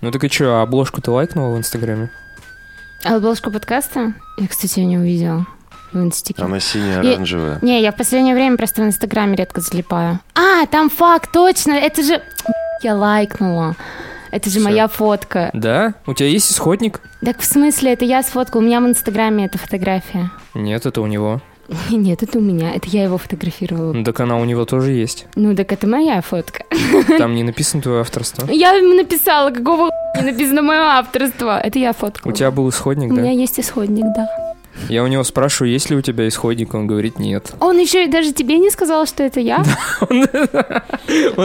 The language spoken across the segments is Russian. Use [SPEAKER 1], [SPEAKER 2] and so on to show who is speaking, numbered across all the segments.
[SPEAKER 1] Ну так и что, обложку ты лайкнула в Инстаграме?
[SPEAKER 2] А обложку подкаста? Я, кстати, ее не увидела в инстике.
[SPEAKER 3] Она синяя-оранжевая.
[SPEAKER 2] Не, я в последнее время просто в Инстаграме редко залипаю. А, там факт, точно, это же... Я лайкнула. Это же
[SPEAKER 1] Всё.
[SPEAKER 2] моя фотка.
[SPEAKER 1] Да? У тебя есть исходник?
[SPEAKER 2] Так в смысле, это я сфоткала, у меня в Инстаграме эта фотография.
[SPEAKER 1] Нет, это у него.
[SPEAKER 2] Нет, это у меня, это я его фотографировала.
[SPEAKER 1] Ну так она у него тоже есть.
[SPEAKER 2] Ну так это моя фотка.
[SPEAKER 1] Там не написано твое авторство.
[SPEAKER 2] Я ему написала, какого хуя не написано мое авторство. Это я
[SPEAKER 1] У
[SPEAKER 2] фоткала.
[SPEAKER 1] тебя был исходник,
[SPEAKER 2] У меня
[SPEAKER 1] да?
[SPEAKER 2] есть исходник, да.
[SPEAKER 1] Я у него спрашиваю, есть ли у тебя исходник, он говорит нет.
[SPEAKER 2] Он еще и даже тебе не сказал, что это я.
[SPEAKER 1] Он он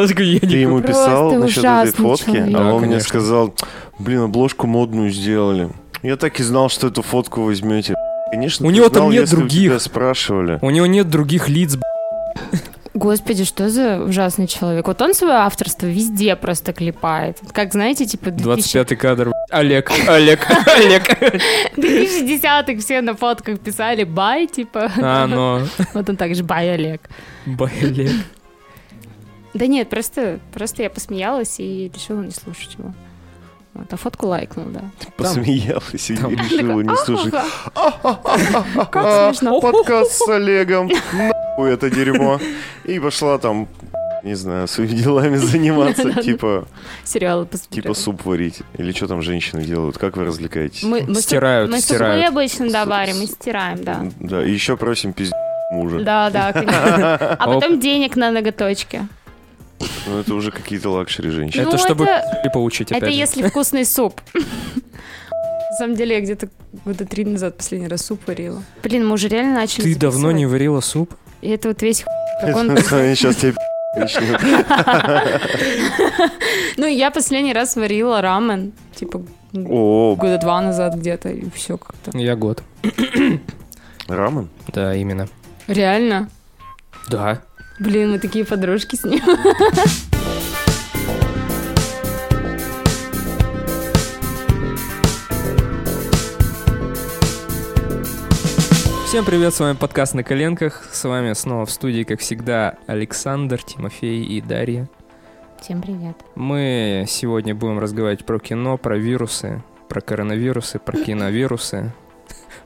[SPEAKER 1] такой, я
[SPEAKER 3] Ты
[SPEAKER 1] не...
[SPEAKER 3] ему
[SPEAKER 2] Просто
[SPEAKER 3] писал насчет этой
[SPEAKER 2] ужасный
[SPEAKER 3] фотки,
[SPEAKER 2] человек.
[SPEAKER 3] а
[SPEAKER 1] Да,
[SPEAKER 3] он мне
[SPEAKER 1] конечно.
[SPEAKER 3] сказал, блин, обложку модную сделали. Я так и знал, что эту фотку возьмете. Конечно,
[SPEAKER 1] У
[SPEAKER 3] ты
[SPEAKER 1] него там
[SPEAKER 3] знал,
[SPEAKER 1] нет
[SPEAKER 3] если бы
[SPEAKER 1] других.
[SPEAKER 3] тебя спрашивали.
[SPEAKER 1] У него нет других лиц, б***ь.
[SPEAKER 2] Господи, что за ужасный человек. Вот он свое авторство везде просто клепает. Как, знаете, типа 2000
[SPEAKER 1] 25 кадр. б***ь. Олег, Олег, Олег.
[SPEAKER 2] 2010-х все на фотках писали «бай», типа.
[SPEAKER 1] А, но...
[SPEAKER 2] Вот он так же «бай, Олег».
[SPEAKER 1] Б, Олег.
[SPEAKER 2] Да нет, просто, просто я посмеялась и решила не слушать его. Вот, а фотку лайкнул, да.
[SPEAKER 3] Посмеялась и
[SPEAKER 1] там-
[SPEAKER 3] решила не слушать. А,
[SPEAKER 2] Как смешно.
[SPEAKER 3] Подкаст с Олегом. Нахуй это дерьмо. И пошла там, не знаю, своими делами заниматься. Типа,
[SPEAKER 2] Сериалы посмотрела.
[SPEAKER 3] типа суп варить. Или что там женщины делают? Как вы развлекаетесь?
[SPEAKER 2] Мы,
[SPEAKER 1] Ну,
[SPEAKER 2] мы,
[SPEAKER 1] Стирают,
[SPEAKER 2] мы
[SPEAKER 1] стирают.
[SPEAKER 2] сухое обычно
[SPEAKER 3] С-
[SPEAKER 2] добавим и
[SPEAKER 3] с-
[SPEAKER 2] стираем, да.
[SPEAKER 3] Да, и еще просим пиздец мужа.
[SPEAKER 2] Да, да, конечно. А потом денег на ноготочки.
[SPEAKER 3] Ну, это уже какие-то лакшери женщины.
[SPEAKER 1] Это
[SPEAKER 2] Ну,
[SPEAKER 1] чтобы
[SPEAKER 2] это-
[SPEAKER 1] пи***ли получить
[SPEAKER 2] Это
[SPEAKER 1] опять же.
[SPEAKER 2] если вкусный суп. На самом деле, я где-то года три назад последний раз суп варила. Блин, мы уже реально начали
[SPEAKER 1] Ты давно не
[SPEAKER 2] записывать.
[SPEAKER 1] варила суп?
[SPEAKER 2] И это вот весь хуй, как он...
[SPEAKER 3] Ну, Сейчас тебе начнут.
[SPEAKER 2] Ну, я последний раз варила рамен, типа,
[SPEAKER 3] О,
[SPEAKER 2] года два назад где-то, и все как-то.
[SPEAKER 1] Я год.
[SPEAKER 3] рамен?
[SPEAKER 1] Да, именно.
[SPEAKER 2] Реально?
[SPEAKER 1] Да.
[SPEAKER 2] Блин, мы такие подружки с ним.
[SPEAKER 1] Всем привет, с вами подкаст «На коленках». С вами снова в студии, как всегда, Александр, Тимофей и Дарья.
[SPEAKER 2] Всем привет.
[SPEAKER 1] Мы сегодня будем разговаривать про кино, про вирусы, про коронавирусы, про киновирусы,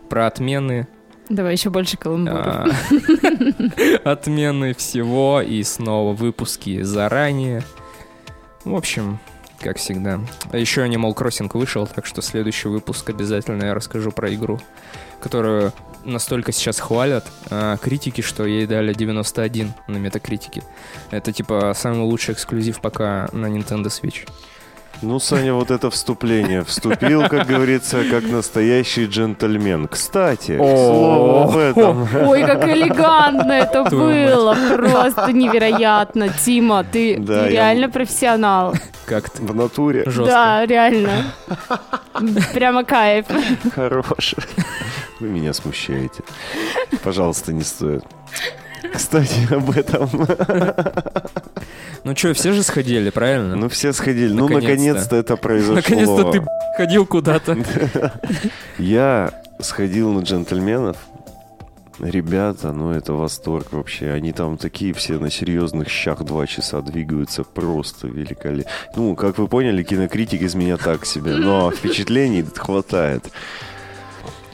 [SPEAKER 1] про отмены,
[SPEAKER 2] Давай еще больше каламбуров.
[SPEAKER 1] а, отмены всего и снова выпуски заранее. В общем, как всегда. А еще Animal Crossing вышел, так что следующий выпуск обязательно я расскажу про игру, которую настолько сейчас хвалят а, критики, что ей дали 91 на метакритике. Это типа самый лучший эксклюзив пока на Nintendo Switch.
[SPEAKER 3] Ну, Саня, вот это вступление. Вступил, как говорится, как настоящий джентльмен. Кстати, к слову об этом.
[SPEAKER 2] Ой, как элегантно это
[SPEAKER 1] Твою
[SPEAKER 2] было. Просто невероятно. Тима, ты,
[SPEAKER 3] Да,
[SPEAKER 2] ты
[SPEAKER 3] я-
[SPEAKER 2] реально профессионал.
[SPEAKER 1] Как ты?
[SPEAKER 3] В натуре.
[SPEAKER 1] Жестко.
[SPEAKER 2] Да, реально. Прямо кайф.
[SPEAKER 3] Хорош. Вы меня смущаете. Пожалуйста, не стоит. Кстати, об этом.
[SPEAKER 1] Ну что, все же сходили, правильно?
[SPEAKER 3] Ну, все сходили. Ну,
[SPEAKER 1] Наконец-то.
[SPEAKER 3] наконец-то это произошло.
[SPEAKER 1] Наконец-то ты б***, ходил куда-то.
[SPEAKER 3] Я сходил на джентльменов. Ребята, ну это восторг вообще. Они там такие все на серьезных щах два часа двигаются. Просто великолепно. Ну, как вы поняли, кинокритик из меня так себе. Но впечатлений хватает.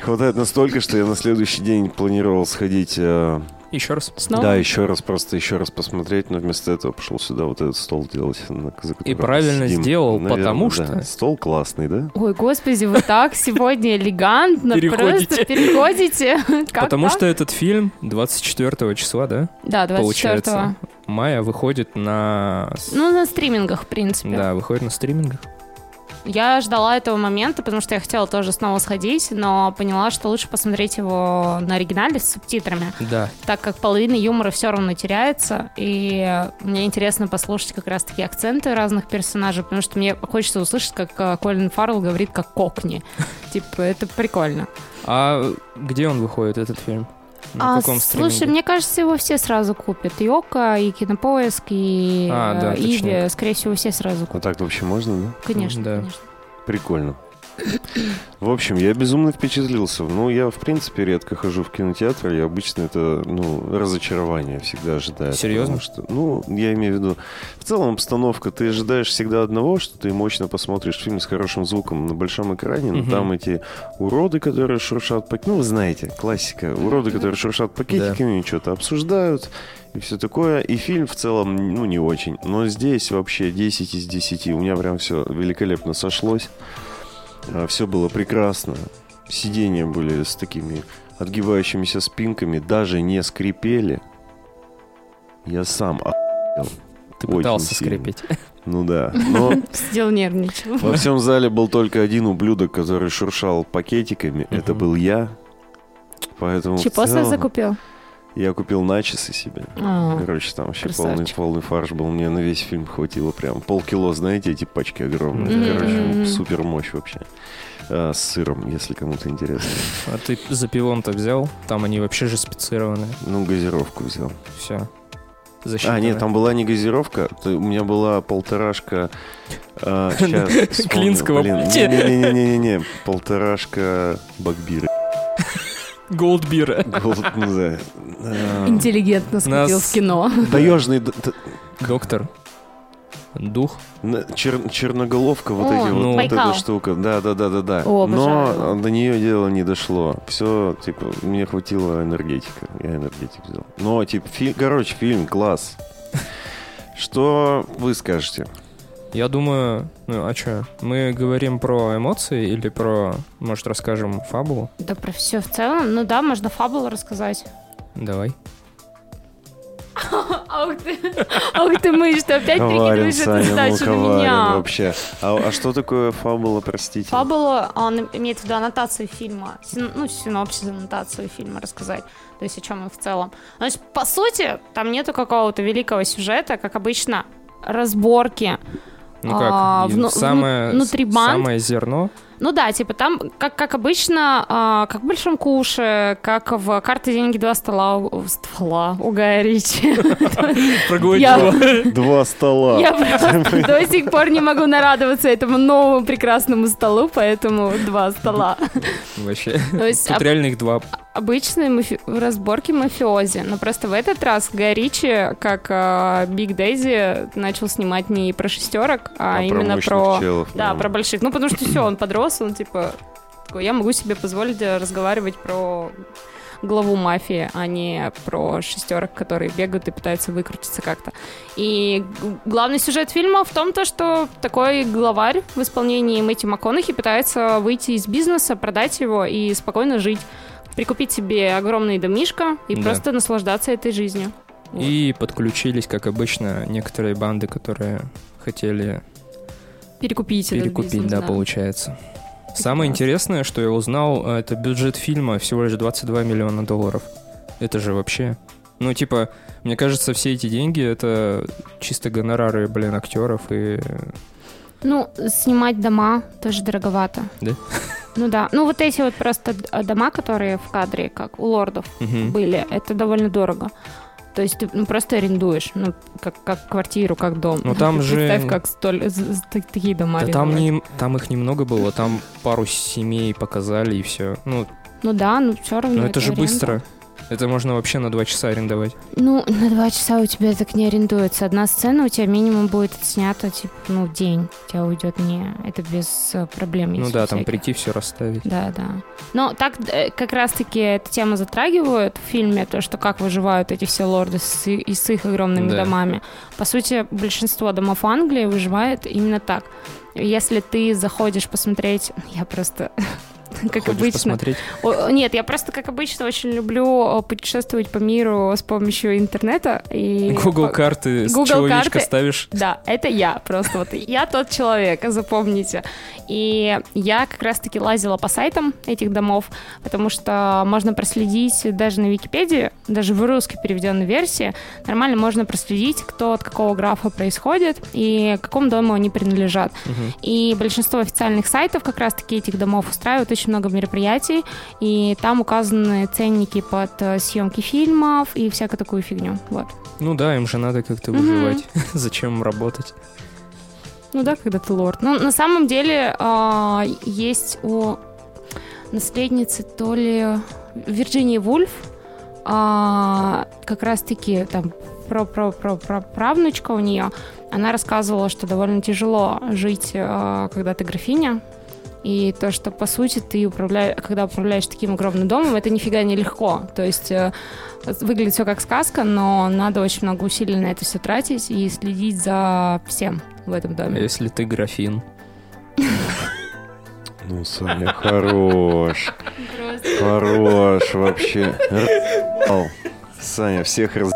[SPEAKER 3] Хватает настолько, что я на следующий день планировал сходить... э,
[SPEAKER 1] Еще раз.
[SPEAKER 2] Снова?
[SPEAKER 3] Да, еще раз, просто еще раз посмотреть, но вместо этого пошел сюда вот этот стол делать. на- за которым
[SPEAKER 1] правильно
[SPEAKER 3] сидим.
[SPEAKER 1] сделал,
[SPEAKER 3] Наверное,
[SPEAKER 1] потому
[SPEAKER 3] да.
[SPEAKER 1] что-
[SPEAKER 3] Стол классный, да?
[SPEAKER 2] Ой, господи, вы так сегодня элегантно
[SPEAKER 1] Переходите.
[SPEAKER 2] просто переходите. Как
[SPEAKER 1] Потому
[SPEAKER 2] так?
[SPEAKER 1] что этот фильм 24 числа, да,
[SPEAKER 2] Да, 24
[SPEAKER 1] получается, мая выходит на... с-
[SPEAKER 2] Ну, на стримингах, в принципе.
[SPEAKER 1] Да, выходит на стримингах.
[SPEAKER 2] Я ждала этого момента, потому что я хотела тоже снова сходить, но поняла, что лучше посмотреть его на оригинале с субтитрами.
[SPEAKER 1] Да.
[SPEAKER 2] так как половина юмора все равно теряется, и мне интересно послушать как раз-таки акценты разных персонажей, потому что мне хочется услышать, как э, Колин Фаррелл говорит, как кокни. Типа, это прикольно.
[SPEAKER 1] А где он выходит, этот фильм? На
[SPEAKER 2] а,
[SPEAKER 1] каком
[SPEAKER 2] слушай,
[SPEAKER 1] стриминге?
[SPEAKER 2] мне кажется, его все сразу купят. И Ока, и Кинопоиск, и
[SPEAKER 1] А, да,
[SPEAKER 2] э, Иви,
[SPEAKER 1] точнее.
[SPEAKER 2] скорее всего, все сразу
[SPEAKER 3] Ну
[SPEAKER 2] купят.
[SPEAKER 3] так вообще можно, да?
[SPEAKER 2] Конечно,
[SPEAKER 1] Да.
[SPEAKER 2] конечно.
[SPEAKER 3] Прикольно. В общем, я безумно впечатлился. Ну, я, в принципе, редко хожу в кинотеатр, и обычно это, ну, разочарование всегда ожидает.
[SPEAKER 1] Серьезно?
[SPEAKER 3] потому Что, ну, я имею в виду, в целом обстановка, ты ожидаешь всегда одного, что ты мощно посмотришь фильм с хорошим звуком на большом экране, но
[SPEAKER 1] Мгм.
[SPEAKER 3] там эти уроды, которые шуршат пакетиками, ну, вы знаете, классика, уроды, которые шуршат пакетиками, что-то обсуждают, и все такое. И фильм в целом, ну, не очень. Но здесь вообще 10 из 10. У меня прям все великолепно сошлось. Все было прекрасно. Сидения были с такими отгибающимися спинками, даже не скрипели. Я сам о-
[SPEAKER 1] Ты
[SPEAKER 3] Очень
[SPEAKER 1] пытался
[SPEAKER 3] сильно.
[SPEAKER 1] скрипеть.
[SPEAKER 3] Ну да. Но
[SPEAKER 2] Сидел нервничал.
[SPEAKER 3] во всем зале был только один ублюдок, который шуршал пакетиками. Это
[SPEAKER 1] Мгм.
[SPEAKER 3] был я. Поэтому в
[SPEAKER 2] Чипосы
[SPEAKER 3] целом
[SPEAKER 2] закупил?
[SPEAKER 3] я купил начесы себе.
[SPEAKER 2] А,
[SPEAKER 3] Короче, там вообще полный,
[SPEAKER 2] Красавчик.
[SPEAKER 3] полный фарш был. Мне на весь фильм хватило прям полкило, знаете, эти пачки огромные.
[SPEAKER 1] Мгм.
[SPEAKER 3] Короче, ну,
[SPEAKER 2] Мгм.
[SPEAKER 3] супер мощь вообще. А, с сыром, если кому-то интересно.
[SPEAKER 1] А ты за пивом-то взял? Там они вообще же спецированы.
[SPEAKER 3] Ну, газировку взял.
[SPEAKER 1] Все. Защита.
[SPEAKER 3] А, нет, там была не газировка. ты- У меня была полторашка... а, щас вспомню,
[SPEAKER 1] Клинского,
[SPEAKER 3] блин,
[SPEAKER 1] помните?
[SPEAKER 3] Не-не-не-не-не. Полторашка Бакбира.
[SPEAKER 1] Голдбир.
[SPEAKER 3] Голд, ну да. А,
[SPEAKER 2] Интеллигентно скупил
[SPEAKER 1] Нас-
[SPEAKER 2] в кино.
[SPEAKER 3] Таежный... д- т-
[SPEAKER 1] Доктор. Дух.
[SPEAKER 3] на- чер- черноголовка, вот
[SPEAKER 2] О,
[SPEAKER 3] эти вот,
[SPEAKER 1] ну.
[SPEAKER 3] вот эта
[SPEAKER 2] Байкал.
[SPEAKER 3] штука. Да, да, да, да, да.
[SPEAKER 2] О, обожаю.
[SPEAKER 3] Но до нее дело не дошло. Все, типа, мне хватило энергетика. Я энергетик взял. Но, типа, фильм, короче, фильм класс. Что вы скажете?
[SPEAKER 1] Я думаю, ну а что, мы говорим про эмоции или про, может, расскажем фабулу?
[SPEAKER 2] Да про все в целом. Ну да, можно фабулу рассказать.
[SPEAKER 1] Давай.
[SPEAKER 2] Ах ты, ах ты мышь, ты опять
[SPEAKER 3] Коварен,
[SPEAKER 2] перекидываешь эту
[SPEAKER 3] Саня, ну
[SPEAKER 2] задачу на
[SPEAKER 3] коварен
[SPEAKER 2] меня.
[SPEAKER 3] вообще. А, а что такое фабула, простите?
[SPEAKER 2] Фабула, он имеет в виду аннотацию фильма, син- ну, синопсис, аннотацию фильма рассказать, то есть о чем он в целом. То есть, по сути, там нету какого-то великого сюжета, как обычно, разборки.
[SPEAKER 1] Ну как,
[SPEAKER 2] А,
[SPEAKER 1] и
[SPEAKER 2] вну-
[SPEAKER 1] самое,
[SPEAKER 2] вну- внутри банд?
[SPEAKER 1] самое зерно?
[SPEAKER 2] Ну да, типа там, как, как обычно, а, как в «Большом куше», как в «Карты, деньги, два стола» у, ствола у Гая Ричи. Я-
[SPEAKER 3] Два стола.
[SPEAKER 2] Я просто до сих пор не могу нарадоваться этому новому прекрасному столу, поэтому два стола.
[SPEAKER 1] Вообще.
[SPEAKER 2] То есть
[SPEAKER 1] Тут
[SPEAKER 2] об-
[SPEAKER 1] реально их два.
[SPEAKER 2] обычные мафи- разборки мафиози, но просто в этот раз Гай Ричи, как а, Биг Дейзи, начал снимать не про шестерок, а,
[SPEAKER 3] А
[SPEAKER 2] именно
[SPEAKER 3] мощных
[SPEAKER 2] про...
[SPEAKER 3] челов,
[SPEAKER 2] Да,
[SPEAKER 3] прям.
[SPEAKER 2] про больших. Ну, потому что все, он подрос, он типа... такой, я могу себе позволить э, разговаривать про главу мафии, а не про шестерок, которые бегают и пытаются выкрутиться как-то. И г- главный сюжет фильма в том, то, что такой главарь в исполнении Мэтью МакКонахи пытается выйти из бизнеса, продать его и спокойно жить, прикупить себе огромный домишко и
[SPEAKER 1] Да.
[SPEAKER 2] просто наслаждаться этой жизнью. А, Вот.
[SPEAKER 1] И подключились, как обычно, некоторые банды, которые хотели
[SPEAKER 2] Перекупить, этот
[SPEAKER 1] перекупить,
[SPEAKER 2] бизнес,
[SPEAKER 1] да, получается. Самое
[SPEAKER 2] Прекрасно.
[SPEAKER 1] интересное, что я узнал, э, это бюджет фильма всего лишь 22 миллиона долларов. Это же вообще... Ну, типа, мне кажется, все эти деньги — это чисто гонорары, блин, актеров и...
[SPEAKER 2] Ну, снимать дома тоже дороговато.
[SPEAKER 1] Да?
[SPEAKER 2] Ну да. Ну вот эти вот просто э, дома, которые в кадре, как у лордов
[SPEAKER 1] Мгм.
[SPEAKER 2] были, это довольно дорого. То есть ты ну, просто арендуешь, ну, как, как квартиру, как дом.
[SPEAKER 1] Ну, там
[SPEAKER 2] Ты
[SPEAKER 1] же-
[SPEAKER 2] Представь, как столь... з- з- так- такие дома
[SPEAKER 1] Да там,
[SPEAKER 2] арендовать.
[SPEAKER 1] не, там их немного было, там пару семей показали и все. Ну,
[SPEAKER 2] Ну да, ну все равно.
[SPEAKER 1] но это же
[SPEAKER 2] аренда.
[SPEAKER 1] быстро. Это можно вообще на два часа арендовать.
[SPEAKER 2] Ну, на два часа у тебя так не арендуется. Одна сцена у тебя минимум будет снята, типа, ну, день. У тебя уйдет не... Это без э, проблем.
[SPEAKER 1] ну
[SPEAKER 2] если
[SPEAKER 1] да, там
[SPEAKER 2] всяких.
[SPEAKER 1] прийти, все расставить.
[SPEAKER 2] Да, да. Но так э, как раз-таки эту тему затрагивают в фильме, то, что как выживают эти все лорды с, и- и с их огромными
[SPEAKER 1] Да.
[SPEAKER 2] домами. По сути, большинство домов Англии выживает именно так. Если ты заходишь посмотреть, я просто, как
[SPEAKER 1] Ходишь
[SPEAKER 2] обычно,
[SPEAKER 1] посмотреть.
[SPEAKER 2] о, нет, я просто, как обычно, очень люблю э, путешествовать по миру с помощью интернета. И
[SPEAKER 1] Google
[SPEAKER 2] по-
[SPEAKER 1] карты, с
[SPEAKER 2] Google
[SPEAKER 1] человечка
[SPEAKER 2] карты.
[SPEAKER 1] ставишь.
[SPEAKER 2] да, это я просто. Вот я тот человек, запомните. И я как раз-таки лазила по сайтам этих домов, потому что можно проследить даже на Википедии, даже в русской переведенной версии, нормально можно проследить, кто от какого графа происходит и к какому дому они принадлежат.
[SPEAKER 1] Мгм.
[SPEAKER 2] И большинство официальных сайтов как раз-таки этих домов устраивают очень много мероприятий, и там указаны ценники под э, съемки фильмов и всякую такую фигню. Вот.
[SPEAKER 1] Ну да, им же надо как-то
[SPEAKER 2] Мгм.
[SPEAKER 1] выживать. Зачем им работать?
[SPEAKER 2] Ну да, когда ты лорд. Ну, на самом деле, а, есть у наследницы то ли Вирджинии Вульф, а, как раз-таки там про, про, про, про правнучка у нее, она рассказывала, что довольно тяжело жить, а, когда ты графиня, и то, что, по сути, ты управляешь, когда управляешь таким огромным домом, это нифига не легко. То есть э, выглядит все как сказка, но надо очень много усилий на это все тратить и следить за всем в этом
[SPEAKER 1] А
[SPEAKER 2] доме.
[SPEAKER 1] Если ты графин.
[SPEAKER 3] Ну, Саня, хорош. Хорош вообще. Р***л. Саня, всех раз...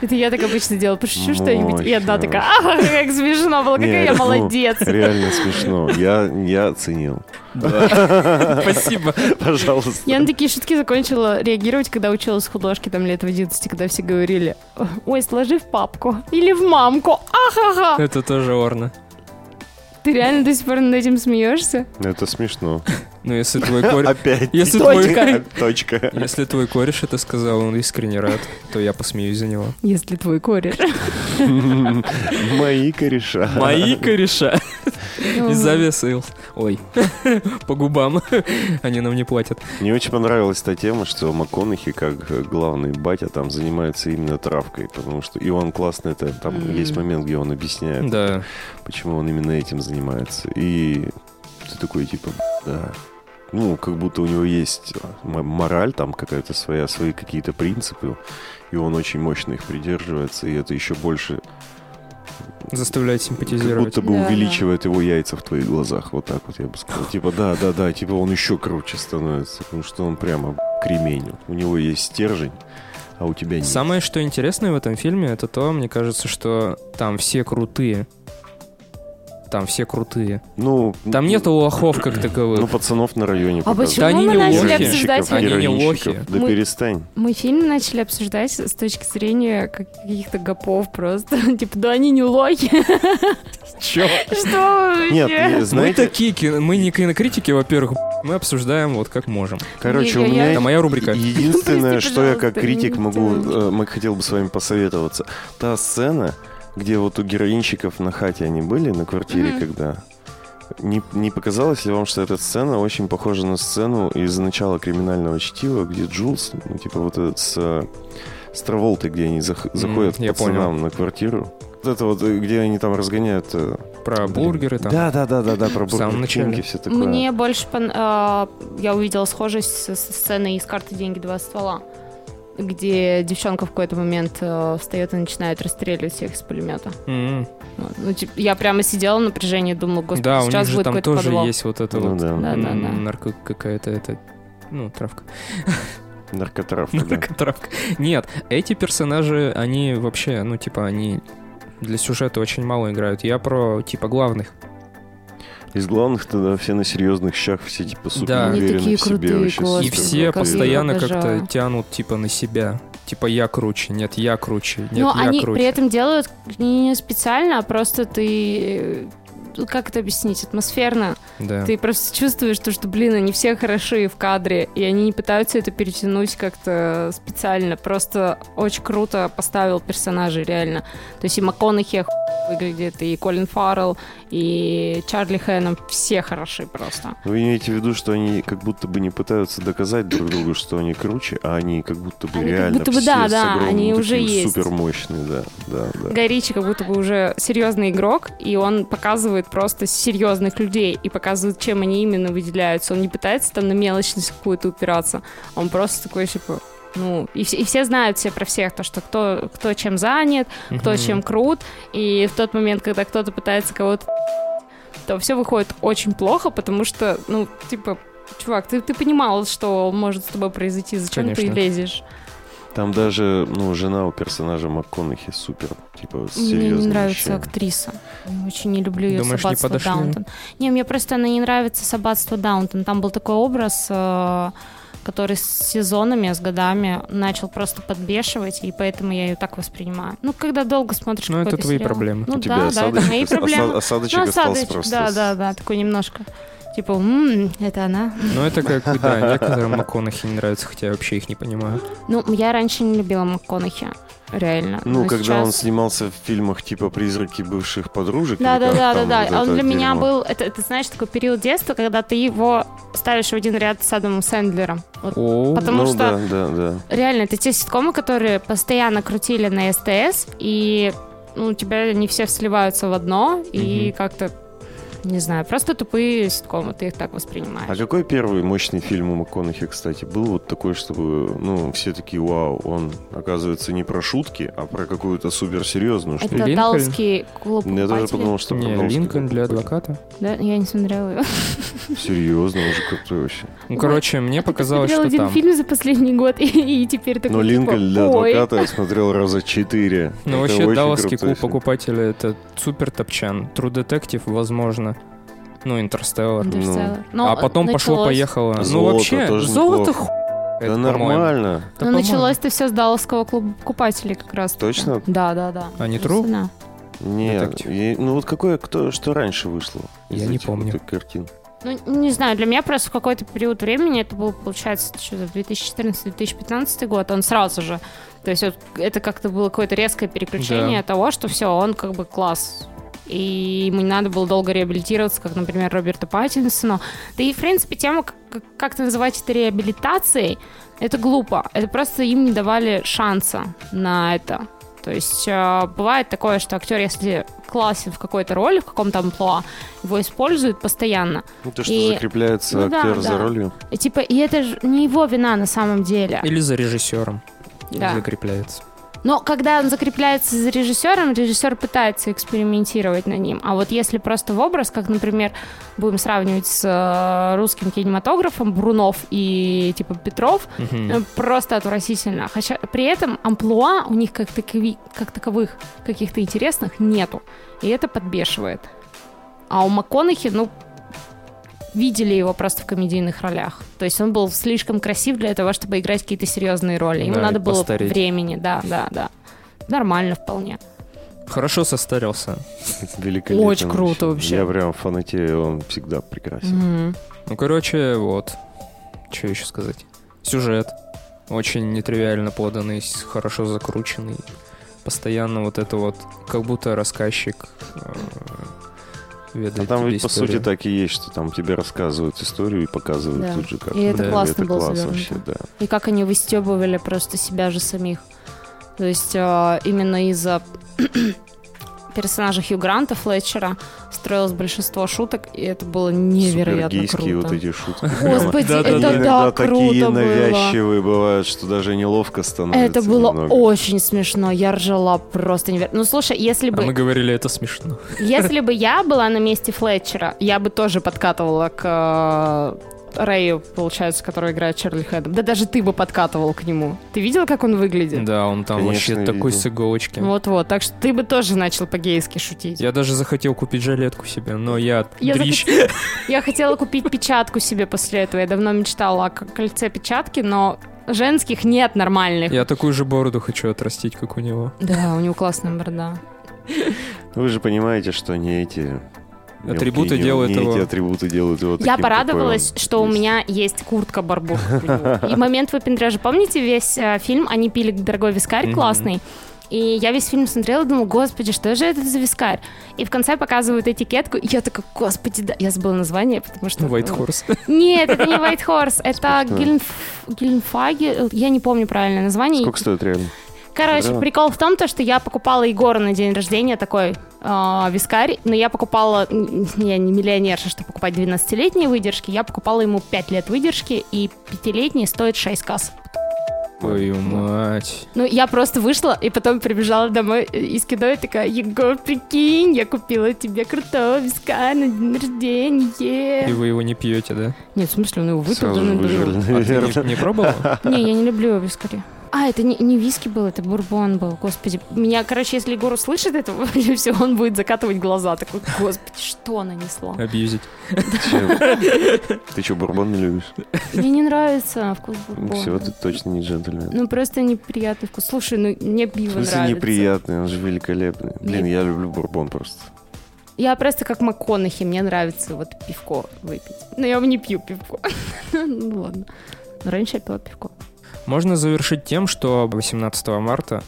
[SPEAKER 2] Это я так обычно делала, пошучу что-нибудь, и одна
[SPEAKER 3] Мощно.
[SPEAKER 2] такая, «Ах, как смешно было, какая
[SPEAKER 3] Не,
[SPEAKER 2] я
[SPEAKER 3] ну,
[SPEAKER 2] молодец.
[SPEAKER 3] Реально смешно. Я, я оценил.
[SPEAKER 1] Спасибо.
[SPEAKER 3] Пожалуйста.
[SPEAKER 2] Я на такие шутки закончила реагировать, когда училась в художке там лет в 11, когда все говорили, ой, сложи в папку или в мамку, ахаха.
[SPEAKER 1] Это тоже орно.
[SPEAKER 2] Ты реально до сих пор над этим смеешься?
[SPEAKER 3] Это смешно.
[SPEAKER 1] Ну, если твой кореш...
[SPEAKER 3] Опять.
[SPEAKER 1] Если
[SPEAKER 2] Точка.
[SPEAKER 1] твой...
[SPEAKER 3] Точка.
[SPEAKER 1] Если твой кореш это сказал, он искренне рад, то я посмеюсь за него.
[SPEAKER 2] Если твой кореш.
[SPEAKER 3] Мои кореша.
[SPEAKER 1] Мои кореша.
[SPEAKER 2] Ну,
[SPEAKER 1] И завесил. Ой, по губам. Они нам не платят.
[SPEAKER 3] Мне очень понравилась та тема, что МакКонахи, как э, главный батя, там занимается именно травкой, потому что и он классно это, там
[SPEAKER 2] М.
[SPEAKER 3] есть момент, где он объясняет,
[SPEAKER 1] Да.
[SPEAKER 3] почему он именно этим занимается. И ты такой, типа, да. Ну, как будто у него есть э, м- мораль там какая-то своя, свои какие-то принципы, и он очень мощно их придерживается, и это еще больше
[SPEAKER 1] Заставляет
[SPEAKER 3] как
[SPEAKER 1] симпатизировать.
[SPEAKER 3] будто бы
[SPEAKER 2] Да, да.
[SPEAKER 3] увеличивает его яйца в твоих глазах, вот так вот я бы сказал. Типа, да, да, да, типа он еще круче становится, потому что он прямо б***ь, кремень. У него есть стержень, а у тебя нет.
[SPEAKER 1] Самое, что интересное в этом фильме, это то, мне кажется, что там все крутые. Там все крутые.
[SPEAKER 3] Ну,
[SPEAKER 1] Там
[SPEAKER 3] ну,
[SPEAKER 1] нет лохов как
[SPEAKER 3] Ну,
[SPEAKER 1] таковых.
[SPEAKER 3] пацанов на районе
[SPEAKER 2] А
[SPEAKER 3] показывают.
[SPEAKER 2] почему
[SPEAKER 1] они
[SPEAKER 2] мы
[SPEAKER 1] не
[SPEAKER 2] начали
[SPEAKER 1] лохи.
[SPEAKER 2] обсуждать...
[SPEAKER 1] Они не
[SPEAKER 3] героинщиков.
[SPEAKER 1] лохи.
[SPEAKER 3] Да
[SPEAKER 2] Мы-
[SPEAKER 3] перестань.
[SPEAKER 2] Мы фильм начали обсуждать с точки зрения как- каких-то гопов просто. Типа, да они не лохи.
[SPEAKER 1] Чё?
[SPEAKER 2] Что вы
[SPEAKER 3] Нет,
[SPEAKER 2] вообще?
[SPEAKER 3] не- знаете,
[SPEAKER 1] Мы такие, кино- мы не кинокритики, во-первых, мы обсуждаем вот как можем.
[SPEAKER 3] короче, у
[SPEAKER 2] я- я-
[SPEAKER 3] меня
[SPEAKER 1] Это моя рубрика.
[SPEAKER 3] Единственное,
[SPEAKER 2] Прости,
[SPEAKER 3] что я как
[SPEAKER 2] пожалуйста,
[SPEAKER 3] критик
[SPEAKER 2] не
[SPEAKER 3] могу,
[SPEAKER 2] хотела.
[SPEAKER 3] э, мы- хотел бы с вами посоветоваться. Та сцена, где вот у героинщиков на хате они были, на квартире,
[SPEAKER 2] Мгм.
[SPEAKER 3] когда... Не, не показалось ли вам, что эта сцена очень похожа на сцену из начала криминального чтива, где Джулс, ну, типа вот этот с, э, с Траволтой, где они зах- заходят к
[SPEAKER 1] я понял.
[SPEAKER 3] пацанам на квартиру? Вот это вот, э, где они там разгоняют... э,
[SPEAKER 1] Про
[SPEAKER 3] блин.
[SPEAKER 1] бургеры там.
[SPEAKER 3] Да, да, да, да, да, про
[SPEAKER 1] В самом
[SPEAKER 3] бургер
[SPEAKER 1] начале.
[SPEAKER 3] все такое.
[SPEAKER 2] Мне больше пон- а, я увидела схожесть со со сценой из карты Деньги два ствола, где девчонка в какой-то момент э, встает и начинает расстреливать всех из пулемета.
[SPEAKER 1] М.
[SPEAKER 2] Вот. Ну, типа, я прямо сидела в напряжении, думала, господи,
[SPEAKER 1] М-м. Да, у них
[SPEAKER 2] сейчас
[SPEAKER 1] же
[SPEAKER 2] будет
[SPEAKER 1] там
[SPEAKER 2] какой-то
[SPEAKER 1] тоже
[SPEAKER 2] подвох.
[SPEAKER 1] есть вот это
[SPEAKER 3] Ну
[SPEAKER 1] вот
[SPEAKER 3] да,
[SPEAKER 2] Да, да, да.
[SPEAKER 1] м, нарко какая-то это ну травка.
[SPEAKER 3] наркотрафа, да.
[SPEAKER 1] Наркотравка. Нет, эти персонажи, они вообще, ну, типа, они для сюжета очень мало играют. Я про, типа, главных.
[SPEAKER 3] Из главных тогда все на серьезных щах, все типа супер
[SPEAKER 1] Да.
[SPEAKER 2] Они
[SPEAKER 3] уверены
[SPEAKER 2] такие
[SPEAKER 3] в себе.
[SPEAKER 2] крутые,
[SPEAKER 3] вообще
[SPEAKER 1] И
[SPEAKER 2] господи,
[SPEAKER 3] супер
[SPEAKER 1] все
[SPEAKER 2] как я
[SPEAKER 3] крутые.
[SPEAKER 1] постоянно
[SPEAKER 2] обожаю.
[SPEAKER 1] как-то тянут, типа, на себя. Типа, я круче, нет, я круче, нет,
[SPEAKER 2] Но
[SPEAKER 1] я
[SPEAKER 2] Ну, они
[SPEAKER 1] круче.
[SPEAKER 2] при этом делают не специально, а просто ты... э, Как это объяснить? Атмосферно.
[SPEAKER 1] Да.
[SPEAKER 2] Ты просто чувствуешь то, что, блин, они все хороши в кадре, и они не пытаются это перетянуть как-то специально. Просто очень круто поставил персонажей, реально. То есть и МакКонахи охуенно выглядит, и Колин Фаррелл, и Чарли Хэном. Все хороши просто.
[SPEAKER 3] Вы имеете в виду, что они как будто бы не пытаются доказать друг другу, что они круче, а они как будто бы
[SPEAKER 2] Они как
[SPEAKER 3] реально
[SPEAKER 2] будто бы
[SPEAKER 3] все
[SPEAKER 2] да,
[SPEAKER 3] с
[SPEAKER 2] да,
[SPEAKER 3] огромным
[SPEAKER 2] они уже
[SPEAKER 3] таким
[SPEAKER 2] есть.
[SPEAKER 3] супермощные, да, да, да.
[SPEAKER 2] Гай Ричи как будто бы уже серьезный игрок, и он показывает просто серьезных людей и показывает, чем они именно выделяются. Он не пытается там на мелочность какую-то упираться, а он просто такой, типа, ну, и, все- и все знают все про всех, то, что кто, кто чем занят, кто
[SPEAKER 1] Мгм.
[SPEAKER 2] чем крут, и в тот момент, когда кто-то пытается кого-то то все выходит очень плохо, потому что, ну, типа, чувак, ты, ты понимал, что может с тобой произойти, зачем ты
[SPEAKER 1] Конечно.
[SPEAKER 2] лезешь?
[SPEAKER 3] Там даже, ну, жена у персонажа МакКонахи супер, типа, с
[SPEAKER 2] Мне не
[SPEAKER 3] серьезными
[SPEAKER 2] нравится
[SPEAKER 3] щами.
[SPEAKER 2] актриса. Я Очень не люблю ее
[SPEAKER 1] Думаешь, не
[SPEAKER 2] «Собатство
[SPEAKER 1] подошли?
[SPEAKER 2] Даунтон». Не, мне просто она не нравится «Собатство Даунтон». Там был такой образ, э, который с сезонами, с годами начал просто подбешивать, и поэтому я ее так воспринимаю. Ну, когда долго смотришь
[SPEAKER 1] Ну, это
[SPEAKER 2] какой-то
[SPEAKER 1] твои
[SPEAKER 2] сериал.
[SPEAKER 1] проблемы.
[SPEAKER 2] Ну
[SPEAKER 3] У тебя
[SPEAKER 2] да, да, это
[SPEAKER 3] осадочек,
[SPEAKER 2] мои
[SPEAKER 3] оса-
[SPEAKER 2] проблемы.
[SPEAKER 3] осадочек
[SPEAKER 2] Ну,
[SPEAKER 3] остался
[SPEAKER 2] осадочек,
[SPEAKER 3] просто.
[SPEAKER 2] да,
[SPEAKER 3] с-
[SPEAKER 2] да, да, такой немножко. Типа, «М, это она.
[SPEAKER 1] Ну, это как, да, некоторым МакКонахи не нравится, хотя я вообще их не понимаю.
[SPEAKER 2] Ну, я раньше не любила МакКонахи. Реально.
[SPEAKER 3] Ну,
[SPEAKER 2] Но
[SPEAKER 3] когда он
[SPEAKER 2] сейчас-
[SPEAKER 3] снимался в фильмах типа «Призраки бывших подружек». или
[SPEAKER 2] Да, да,
[SPEAKER 3] как
[SPEAKER 2] да, да,
[SPEAKER 3] там
[SPEAKER 2] да. а
[SPEAKER 3] вот это
[SPEAKER 2] Он для меня
[SPEAKER 3] дерьмо.
[SPEAKER 2] был, это, ты знаешь, такой период детства, когда ты его ставишь в один ряд с Адамом Сэндлером. Вот
[SPEAKER 1] О,
[SPEAKER 2] Потом- потому
[SPEAKER 3] ну,
[SPEAKER 2] что-
[SPEAKER 3] да, да, да.
[SPEAKER 2] Реально, это те ситкомы, которые постоянно крутили на СТС, и ну, у тебя не все сливаются в одно, и
[SPEAKER 1] Мгм.
[SPEAKER 2] как-то, не знаю, просто тупые ситкомы, ты их так
[SPEAKER 3] А
[SPEAKER 2] воспринимаешь.
[SPEAKER 3] какой первый мощный фильм у МакКонахи, кстати, был вот такой, чтобы, ну, все такие, вау, он, оказывается, не про шутки, а про какую-то суперсерьезную штуку.
[SPEAKER 2] Это
[SPEAKER 1] Линкольн?
[SPEAKER 2] Далский клуб
[SPEAKER 3] А Я даже
[SPEAKER 2] покупателей.
[SPEAKER 3] подумал, что
[SPEAKER 1] не,
[SPEAKER 3] продолжим.
[SPEAKER 1] Линкольн для адвоката.
[SPEAKER 2] Да, я не смотрела его.
[SPEAKER 3] Серьезно, уже как-то вообще.
[SPEAKER 1] Ну, короче, мне показалось,
[SPEAKER 2] смотрела
[SPEAKER 1] что
[SPEAKER 2] один
[SPEAKER 1] там.
[SPEAKER 2] фильм за последний год, и, и теперь такой,
[SPEAKER 3] Но Ну, Линкольн для
[SPEAKER 2] типа, «Ой».
[SPEAKER 3] адвоката я смотрел раза четыре.
[SPEAKER 1] Ну,
[SPEAKER 3] Это
[SPEAKER 1] вообще,
[SPEAKER 3] очень
[SPEAKER 1] Далласский
[SPEAKER 3] крутой
[SPEAKER 1] клуб
[SPEAKER 3] фильм.
[SPEAKER 1] покупателя — это супер топчан. True Detective, возможно. Ну, Интерстеллар.
[SPEAKER 2] Интерстеллар. Ну,
[SPEAKER 1] а потом
[SPEAKER 2] началось-
[SPEAKER 1] пошло-поехало. Ну,
[SPEAKER 3] Золото
[SPEAKER 1] вообще,
[SPEAKER 3] тоже
[SPEAKER 1] золото
[SPEAKER 3] неплохо.
[SPEAKER 1] ху...
[SPEAKER 3] Да нормально.
[SPEAKER 2] Ну, началось-то все с Далласского клуба покупателей как раз.
[SPEAKER 3] Точно?
[SPEAKER 2] Да, да, да.
[SPEAKER 1] А не true?
[SPEAKER 2] Да.
[SPEAKER 3] Нет.
[SPEAKER 1] Детектив.
[SPEAKER 3] и- ну вот какое, кто, что раньше вышло?
[SPEAKER 1] типа.
[SPEAKER 3] из
[SPEAKER 1] Я не
[SPEAKER 3] этих
[SPEAKER 1] помню.
[SPEAKER 3] вот этих картин.
[SPEAKER 2] Ну, не знаю, для меня просто в какой-то период времени, это был, получается, что-то 2014-2015 год, он сразу же, то есть вот это как-то было какое-то резкое переключение того, что все, он как бы класс. И ему не надо было долго реабилитироваться, как, например, Роберту Паттинсону. Да и, в принципе, тема, как- как- как-то называть это реабилитацией, это глупо. Это просто им не давали шанса на это. То есть э, бывает такое, что актер, если классен в какой-то роли, в каком-то амплуа, его используют постоянно.
[SPEAKER 3] Ну, то, что
[SPEAKER 2] И-
[SPEAKER 3] закрепляется
[SPEAKER 2] ну да,
[SPEAKER 3] актер за
[SPEAKER 2] да.
[SPEAKER 3] ролью.
[SPEAKER 2] И типа, и это же не его вина на самом деле.
[SPEAKER 1] Или за режиссером.
[SPEAKER 2] Да.
[SPEAKER 1] Закрепляется.
[SPEAKER 2] Но когда он закрепляется за режиссером, режиссер пытается экспериментировать на ним. А вот если просто в образ, как, например, будем сравнивать с э, русским кинематографом Брунов и типа Петров,
[SPEAKER 1] Мгм.
[SPEAKER 2] э, просто отвратительно. Хотя при этом амплуа у них как, такови- как таковых каких-то интересных нету. И это подбешивает. А у МакКонахи, ну, видели его просто в комедийных ролях. То есть он был слишком красив для того, чтобы играть какие-то серьезные роли. Ему
[SPEAKER 1] Да, и
[SPEAKER 2] надо было
[SPEAKER 1] постареть.
[SPEAKER 2] времени, да, да, да. Нормально вполне.
[SPEAKER 1] Хорошо состарился.
[SPEAKER 3] Великолепно.
[SPEAKER 2] Очень круто вообще.
[SPEAKER 3] Я прям фанатею, он всегда прекрасен.
[SPEAKER 2] Мгм.
[SPEAKER 1] Ну, короче, вот. Что еще сказать? Сюжет. Очень нетривиально поданный, с- хорошо закрученный. Постоянно вот это вот, как будто рассказчик э,
[SPEAKER 3] А
[SPEAKER 1] ведает
[SPEAKER 3] Ну, там
[SPEAKER 1] тебе
[SPEAKER 3] ведь, по
[SPEAKER 1] историю.
[SPEAKER 3] сути, так и есть, что там тебе рассказывают историю и показывают
[SPEAKER 2] Да.
[SPEAKER 3] тут же, как
[SPEAKER 2] И это
[SPEAKER 1] Да,
[SPEAKER 2] классно
[SPEAKER 3] это
[SPEAKER 2] было
[SPEAKER 3] класс
[SPEAKER 2] завернуто.
[SPEAKER 3] вообще, да.
[SPEAKER 2] И как они выстебывали просто себя же самих. То есть э, именно из-за персонажа Хью Гранта Флетчера строилось большинство шуток, и это было невероятно
[SPEAKER 3] Супергейские
[SPEAKER 2] круто.
[SPEAKER 3] вот эти шутки.
[SPEAKER 2] Господи,
[SPEAKER 1] Да, да,
[SPEAKER 3] Они
[SPEAKER 2] это
[SPEAKER 1] да.
[SPEAKER 2] так
[SPEAKER 3] иногда такие
[SPEAKER 2] круто было.
[SPEAKER 3] навязчивые бывают, что даже неловко становится
[SPEAKER 2] Это было
[SPEAKER 3] немного.
[SPEAKER 2] очень смешно, я ржала просто невероятно. Ну слушай, если
[SPEAKER 1] А мы
[SPEAKER 2] бы,
[SPEAKER 1] говорили, это смешно.
[SPEAKER 2] если бы я была на месте Флетчера, я бы тоже подкатывала к э, Рэю, получается, который играет Чарли Хэддом. Да даже ты бы подкатывал к нему. Ты видела, как он выглядит?
[SPEAKER 1] Да, он там
[SPEAKER 3] Конечно,
[SPEAKER 1] вообще такой
[SPEAKER 3] видел.
[SPEAKER 1] с иголочки.
[SPEAKER 2] Вот-вот, так что ты бы тоже начал по-гейски шутить. Я,
[SPEAKER 1] Я даже захотел купить жилетку себе, но я,
[SPEAKER 2] Я
[SPEAKER 1] дрищ.
[SPEAKER 2] хотела купить печатку себе после этого, я давно мечтала о к- кольце печатки, но женских нет нормальных.
[SPEAKER 1] Я такую же бороду хочу отрастить, как у него.
[SPEAKER 2] Да, у него классная борода.
[SPEAKER 3] Вы же понимаете, что не эти... мелкие
[SPEAKER 1] Атрибуты
[SPEAKER 3] не-
[SPEAKER 1] делают
[SPEAKER 3] не
[SPEAKER 1] его-
[SPEAKER 3] эти атрибуты делают его
[SPEAKER 2] Я
[SPEAKER 3] таким,
[SPEAKER 2] порадовалась,
[SPEAKER 3] какой он
[SPEAKER 2] что у
[SPEAKER 3] есть.
[SPEAKER 2] меня есть куртка барбурка. И момент выпендрежа. Помните весь э, фильм «Они пили дорогой вискарь»
[SPEAKER 1] Мгм.
[SPEAKER 2] классный? И я весь фильм смотрела и думала, господи, что же это за вискарь? И в конце показывают этикетку, и я такая, господи, да. Я забыла название, потому что...
[SPEAKER 1] White
[SPEAKER 2] ну,
[SPEAKER 1] Horse.
[SPEAKER 2] Нет, это не White Horse, это
[SPEAKER 3] Смешно.
[SPEAKER 2] Гильнф- Гильнфаги, я не помню правильное название.
[SPEAKER 3] Сколько стоит реально?
[SPEAKER 2] Короче,
[SPEAKER 3] Здорово.
[SPEAKER 2] прикол в том, то, что я покупала Егору на день рождения такой а, вискарь, но я покупала, н- н- я не миллионерша, чтобы покупать 12-летние выдержки, я покупала ему 5 лет выдержки, и 5-летний стоит 6 касс.
[SPEAKER 1] Твою мать.
[SPEAKER 2] Ну, я просто вышла, и потом прибежала домой э, из кино и такая, Егор, прикинь, я купила тебе крутого вискаря на день
[SPEAKER 1] И
[SPEAKER 2] рождения.
[SPEAKER 1] вы его не пьете, да?
[SPEAKER 2] Нет, в смысле, он его выпил.
[SPEAKER 3] Сразу
[SPEAKER 2] да,
[SPEAKER 3] же
[SPEAKER 2] ну,
[SPEAKER 3] выжили,
[SPEAKER 2] ну.
[SPEAKER 1] А ты
[SPEAKER 3] наверное.
[SPEAKER 1] не- не пробовал?
[SPEAKER 2] Не, я не люблю вискари. А, это не, не виски был, это бурбон был, господи. Меня, короче, если Егор услышит это, все, он будет закатывать глаза, такой, господи, что нанесло?
[SPEAKER 1] Абьюзить.
[SPEAKER 3] Чем? Ты что, бурбон не любишь?
[SPEAKER 2] Мне не нравится вкус бурбона.
[SPEAKER 3] Ну, Все, ты точно не джентльмен.
[SPEAKER 2] Ну, просто неприятный вкус. Слушай, ну, мне
[SPEAKER 3] В
[SPEAKER 2] пиво
[SPEAKER 3] смысле
[SPEAKER 2] нравится.
[SPEAKER 3] неприятный, он же великолепный. Блин, я люблю бурбон просто.
[SPEAKER 2] Я просто как МакКонахи, мне нравится вот пивко выпить. Но я не пью пивко. Ну ладно. Но раньше я пила пивко.
[SPEAKER 1] Можно завершить тем, что 18 марта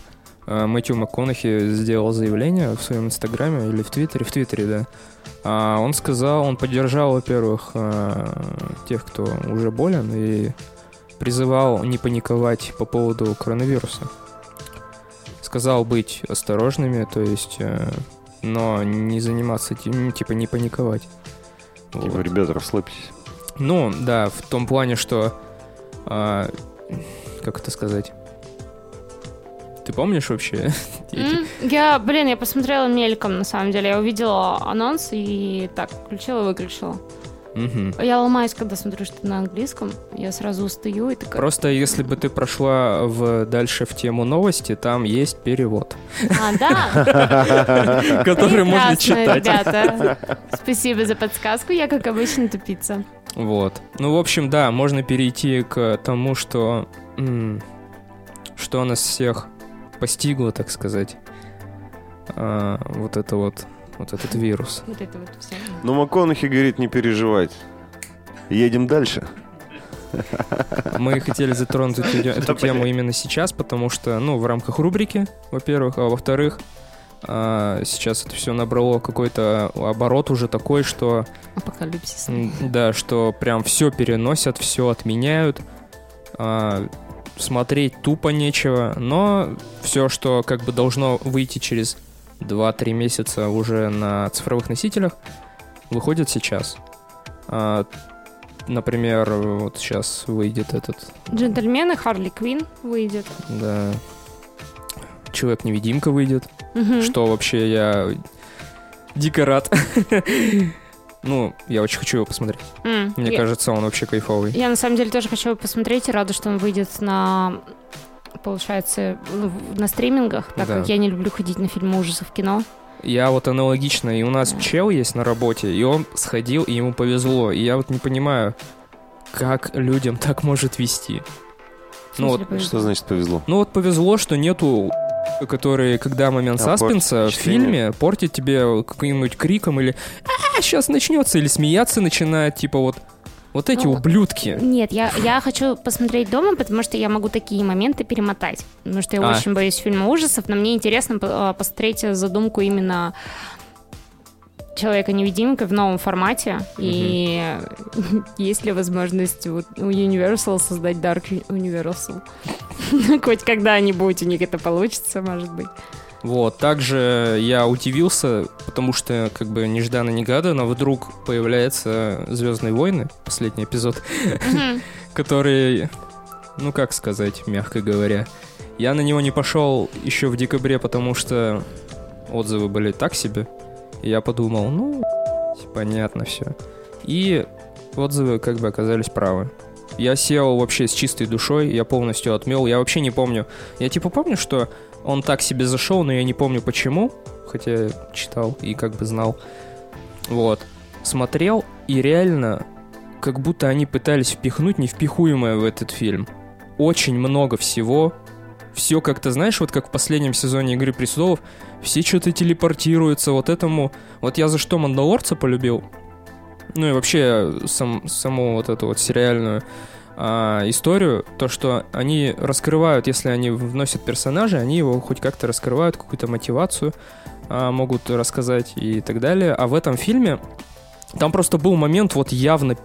[SPEAKER 1] э, Мэтью МакКонахи сделал заявление в своем инстаграме или в твиттере, в твиттере, да. А он сказал, он поддержал, во-первых, э, тех, кто уже болен, и призывал не паниковать по поводу коронавируса. Сказал быть осторожными, то есть, э, но не заниматься, ти- ну, типа, не паниковать.
[SPEAKER 3] Типа,
[SPEAKER 1] Вот.
[SPEAKER 3] ребята, расслабьтесь.
[SPEAKER 1] Ну, да, в том плане, что... а, как это сказать? Ты помнишь вообще? эти-
[SPEAKER 2] М, Я, блин, я посмотрела мельком, на самом деле. Я увидела анонс и так, включила, выключила.
[SPEAKER 1] Мгм.
[SPEAKER 2] Я ломаюсь, когда смотрю, что на английском. Я сразу устаю и такая...
[SPEAKER 1] Просто если бы ты прошла в, дальше в тему новости, там есть перевод,
[SPEAKER 2] А, да?
[SPEAKER 1] который можно
[SPEAKER 2] Прекрасно,
[SPEAKER 1] читать.
[SPEAKER 2] ребята. Спасибо за подсказку. Я, как обычно, тупица.
[SPEAKER 1] Вот. Ну, в общем, да, можно перейти к тому, что... м, Что нас всех постигло, так сказать. А, вот это вот... Вот этот вирус.
[SPEAKER 2] Вот это вот все.
[SPEAKER 3] Но МакКонахи говорит, не переживать. Едем дальше.
[SPEAKER 1] Мы хотели затронуть эту, те- эту тему именно сейчас, потому что, ну, в рамках рубрики, во-первых, а во-вторых, а, сейчас это все набрало какой-то оборот уже такой, что
[SPEAKER 2] Апокалипсис.
[SPEAKER 1] М, Да, что прям все переносят, все отменяют. А, смотреть тупо нечего. Но все, что как бы должно выйти через 2-3 месяца уже на цифровых носителях, выходит сейчас. А, например, вот сейчас выйдет этот,
[SPEAKER 2] Джентльмены, Харли Квин выйдет.
[SPEAKER 1] да, Человек-невидимка выйдет.
[SPEAKER 2] Мгм.
[SPEAKER 1] Что вообще я дико рад. Ну, я очень хочу его посмотреть.
[SPEAKER 2] М,
[SPEAKER 1] Мне
[SPEAKER 2] я-
[SPEAKER 1] кажется, он вообще кайфовый.
[SPEAKER 2] Я на самом деле тоже хочу его посмотреть и рада, что он выйдет на получается, ну, в- на стримингах, так
[SPEAKER 1] Да.
[SPEAKER 2] как я не люблю ходить на фильмы ужасов в кино.
[SPEAKER 1] Я вот аналогично, и у нас чел есть на работе, и он сходил, и ему повезло. И я вот не понимаю, как людям так может вести. Ну вот,
[SPEAKER 3] Что значит повезло?
[SPEAKER 1] ну вот повезло, что нету которые, когда момент
[SPEAKER 3] Да, А, портит
[SPEAKER 1] саспенса в
[SPEAKER 3] впечатление.
[SPEAKER 1] фильме, портит тебе каким-нибудь криком или «А, сейчас начнется!» или смеяться начинает, типа вот вот эти
[SPEAKER 2] Ну,
[SPEAKER 1] ублюдки.
[SPEAKER 2] Нет, я, я хочу посмотреть дома, потому что я могу такие моменты перемотать. Потому что я
[SPEAKER 1] А.
[SPEAKER 2] очень боюсь фильма ужасов, но мне интересно по- а, посмотреть задумку именно Человека-невидимка в новом формате. И есть ли возможность вот у Universal создать Dark Universal? Хоть когда-нибудь у них это получится, может быть.
[SPEAKER 1] Вот, также я удивился, потому что как бы нежданно-негаданно вдруг появляется «Звездные войны», последний эпизод,
[SPEAKER 2] Мгм.
[SPEAKER 1] который, ну как сказать, мягко говоря, я на него не пошел еще в декабре, потому что отзывы были так себе. И я подумал, ну, понятно все. И отзывы как бы оказались правы. Я сел вообще с чистой душой, я полностью отмел, я вообще не помню. Я типа помню, что он так себе зашел, но я не помню почему, хотя я читал и как бы знал. Вот. Смотрел, и реально как будто они пытались впихнуть невпихуемое в этот фильм. Очень много всего. Все как-то, знаешь, вот как в последнем сезоне «Игры престолов», все что-то телепортируются вот этому. Вот я за что «Мандалорца» полюбил, ну и вообще сам, саму вот эту вот сериальную а, историю, то, что они раскрывают, если они вносят персонажа, они его хоть как-то раскрывают, какую-то мотивацию а, могут рассказать и так далее. А в этом фильме там просто был момент вот явно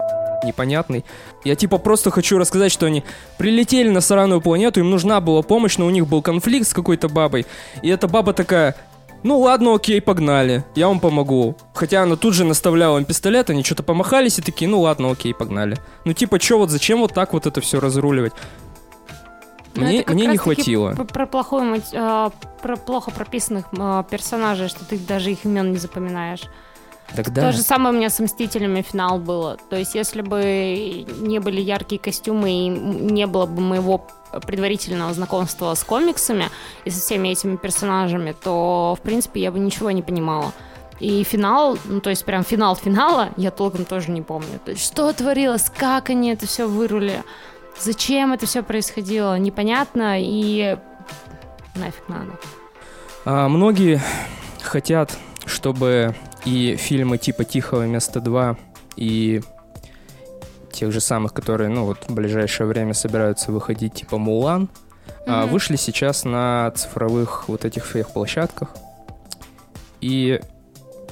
[SPEAKER 1] непонятный. Я типа просто хочу рассказать, что они прилетели на сраную планету, им нужна была помощь, но у них был конфликт с какой-то бабой. И эта баба такая, ну ладно, окей, погнали, я вам помогу. Хотя она тут же наставляла им пистолет, они что-то помахались и такие, ну ладно, окей, погнали. Ну типа, чё вот, зачем вот так вот это все разруливать?
[SPEAKER 2] Ну,
[SPEAKER 1] мне
[SPEAKER 2] это как
[SPEAKER 1] мне не
[SPEAKER 2] раз-таки
[SPEAKER 1] хватило.
[SPEAKER 2] П- Про плохую мать- а, про плохо прописанных а, персонажей, что ты даже их имен не запоминаешь.
[SPEAKER 1] Тогда...
[SPEAKER 2] То же самое у меня с «Мстителями» финал было. То есть если бы не были яркие костюмы и м- не было бы моего предварительного знакомства с комиксами и со всеми этими персонажами, то, в принципе, я бы ничего не понимала. И финал, ну, то есть прям финал финала я толком тоже не помню. То есть что творилось, как они это все вырули, зачем это все происходило, непонятно и нафиг надо.
[SPEAKER 1] А, Многие хотят, чтобы И фильмы типа «Тихого места 2» и тех же самых, которые, ну, вот в ближайшее время собираются выходить, типа «Мулан», а,
[SPEAKER 2] Мгм.
[SPEAKER 1] вышли сейчас на цифровых вот этих всех площадках. И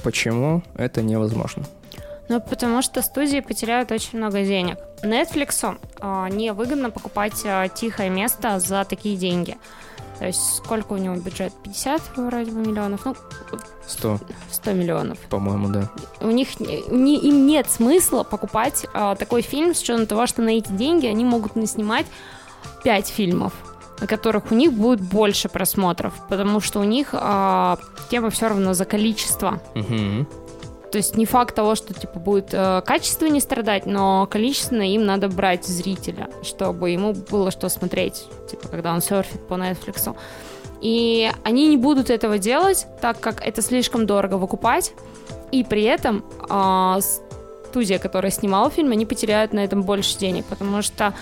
[SPEAKER 1] почему это невозможно?
[SPEAKER 2] Ну, потому что студии потеряют очень много денег. Netflix а, невыгодно покупать а, тихое место за такие деньги. То есть сколько у него бюджет? 50 вроде бы миллионов, ну,
[SPEAKER 1] 100,
[SPEAKER 2] 100 миллионов.
[SPEAKER 1] по-моему, да.
[SPEAKER 2] У них не- не- им нет смысла покупать а, такой фильм с учетом того, что на эти деньги они могут наснимать 5 фильмов, на которых у них будет больше просмотров, потому что у них а, тема все равно за количество.
[SPEAKER 1] Мгм.
[SPEAKER 2] То есть не факт того, что типа будет э, качество не страдать, но количественно им надо брать зрителя, чтобы ему было что смотреть, типа когда он серфит по Netflix. И они не будут этого делать, так как это слишком дорого выкупать, и при этом а, студия, которая снимала фильм, они потеряют на этом больше денег, потому что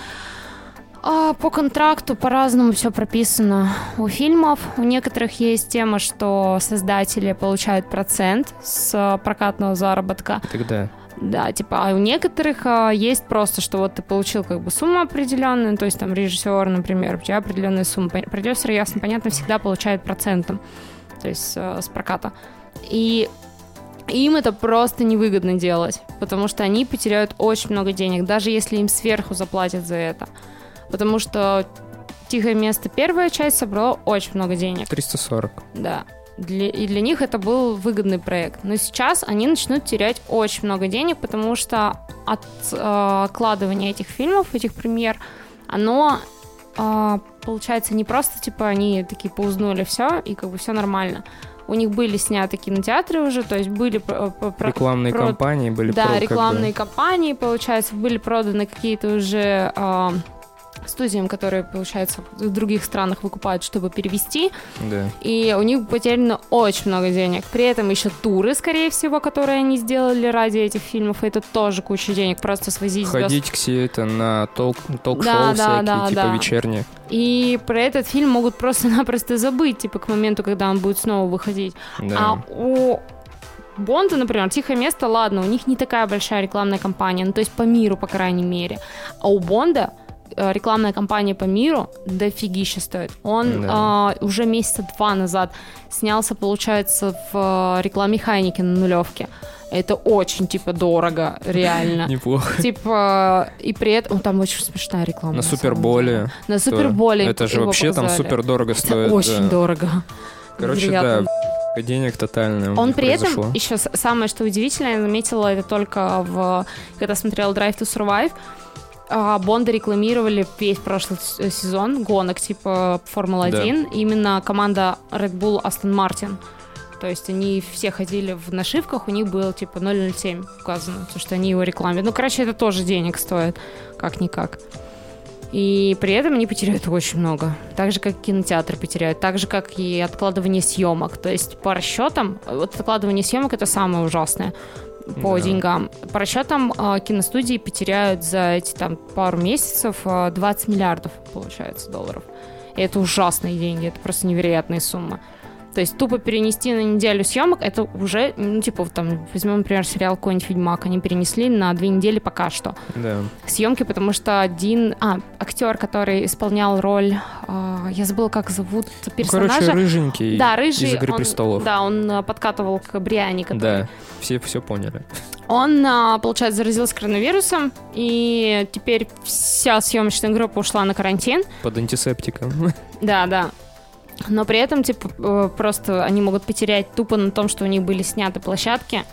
[SPEAKER 2] а, по контракту по-разному все прописано у фильмов. У некоторых есть тема, что создатели получают процент с а, прокатного заработка.
[SPEAKER 1] Тогда
[SPEAKER 2] Да, типа, а у некоторых а, есть просто, что вот ты получил как бы сумму определенную, то есть там режиссер, например, у тебя определенная сумма. Пон- Продюсер, ясно, понятно, всегда получает процентом, то есть э, с проката. И им это просто невыгодно делать, потому что они потеряют очень много денег, даже если им сверху заплатят за это. Потому что «Тихое место» первая часть собрала очень много денег.
[SPEAKER 1] 340.
[SPEAKER 2] Да. Для, и для них это был выгодный проект. Но сейчас они начнут терять очень много денег, потому что откладывание этих фильмов, этих премьер, оно а, получается не просто типа они такие поузнули все и как бы все нормально. У них были сняты кинотеатры уже, то есть были про- про- про-
[SPEAKER 1] Рекламные
[SPEAKER 2] про-
[SPEAKER 1] кампании были
[SPEAKER 2] да,
[SPEAKER 1] про, как бы-
[SPEAKER 2] рекламные кампании, получается, были проданы какие-то уже а, студиям, которые, получается, в других странах выкупают, чтобы перевести.
[SPEAKER 1] да.
[SPEAKER 2] И у них потеряно очень много денег. При этом еще туры, скорее всего, которые они сделали ради этих фильмов. и Это тоже куча денег. Просто свозить звезд.
[SPEAKER 1] Ходить к себе это на толк- толк-шоу
[SPEAKER 2] Да, да,
[SPEAKER 1] всякие,
[SPEAKER 2] да,
[SPEAKER 1] типа
[SPEAKER 2] да.
[SPEAKER 1] вечерние.
[SPEAKER 2] И про этот фильм могут просто-напросто забыть, типа, к моменту, когда он будет снова выходить.
[SPEAKER 1] Да.
[SPEAKER 2] А у Бонда, например, «Тихое место», ладно, у них не такая большая рекламная кампания, ну, то есть по миру, по крайней мере. А у Бонда э, рекламная кампания по миру дофигища стоит. Он
[SPEAKER 1] Да.
[SPEAKER 2] э, уже месяца два назад снялся, получается, в э, рекламе Хайникина на нулевке. Это очень, типа, дорого, реально.
[SPEAKER 1] Неплохо.
[SPEAKER 2] Типа, и при этом... Там очень смешная реклама.
[SPEAKER 1] На
[SPEAKER 2] самом деле.
[SPEAKER 1] Суперболе.
[SPEAKER 2] На
[SPEAKER 1] то-
[SPEAKER 2] Суперболе
[SPEAKER 1] Это же
[SPEAKER 2] его
[SPEAKER 1] вообще там
[SPEAKER 2] показали.
[SPEAKER 1] супер дорого
[SPEAKER 2] Это
[SPEAKER 1] стоит.
[SPEAKER 2] очень
[SPEAKER 1] да.
[SPEAKER 2] дорого.
[SPEAKER 1] Короче,
[SPEAKER 2] Невероятно
[SPEAKER 1] да, б***ь, денег тотально. у
[SPEAKER 2] Он
[SPEAKER 1] них
[SPEAKER 2] при
[SPEAKER 1] произошло.
[SPEAKER 2] этом, еще с- самое что удивительное, я заметила это только в, когда смотрела Drive to Survive, а, Бонда рекламировали весь прошлый с- э, сезон гонок типа Формула-1, именно команда Red Bull Aston Martin. То есть они все ходили в нашивках, у них было типа 007 указано, потому что они его рекламят. Ну, короче, это тоже денег стоит, как-никак. И при этом они потеряют очень много. Так же, как и кинотеатры потеряют, так же, как и откладывание съемок. То есть по расчетам, вот откладывание съемок это самое ужасное по
[SPEAKER 1] Да.
[SPEAKER 2] деньгам. По расчетам а, киностудии потеряют за эти там пару месяцев а, 20 миллиардов, получается, долларов. И это ужасные деньги, это просто невероятные суммы. То есть тупо перенести на неделю съемок, это уже, ну, типа, вот там, возьмем, например, сериал какой-нибудь «Ведьмак», они перенесли на две недели пока что
[SPEAKER 1] Да. Ну,
[SPEAKER 2] съемки, потому что один, а, актер, который исполнял роль, а, я забыла, как зовут
[SPEAKER 1] Ну, короче,
[SPEAKER 2] персонажа.
[SPEAKER 1] рыженький
[SPEAKER 2] да, рыжий.
[SPEAKER 1] из «Игры
[SPEAKER 2] он-
[SPEAKER 1] престолов».
[SPEAKER 2] Да, он а, подкатывал к Бриане, который
[SPEAKER 1] Да, все, все поняли.
[SPEAKER 2] он, а, получается, заразился коронавирусом, и теперь вся съемочная группа ушла на карантин.
[SPEAKER 1] Под антисептиком.
[SPEAKER 2] Да, да. Но при этом, типа, э, просто они могут потерять тупо на том, что у них были сняты площадки.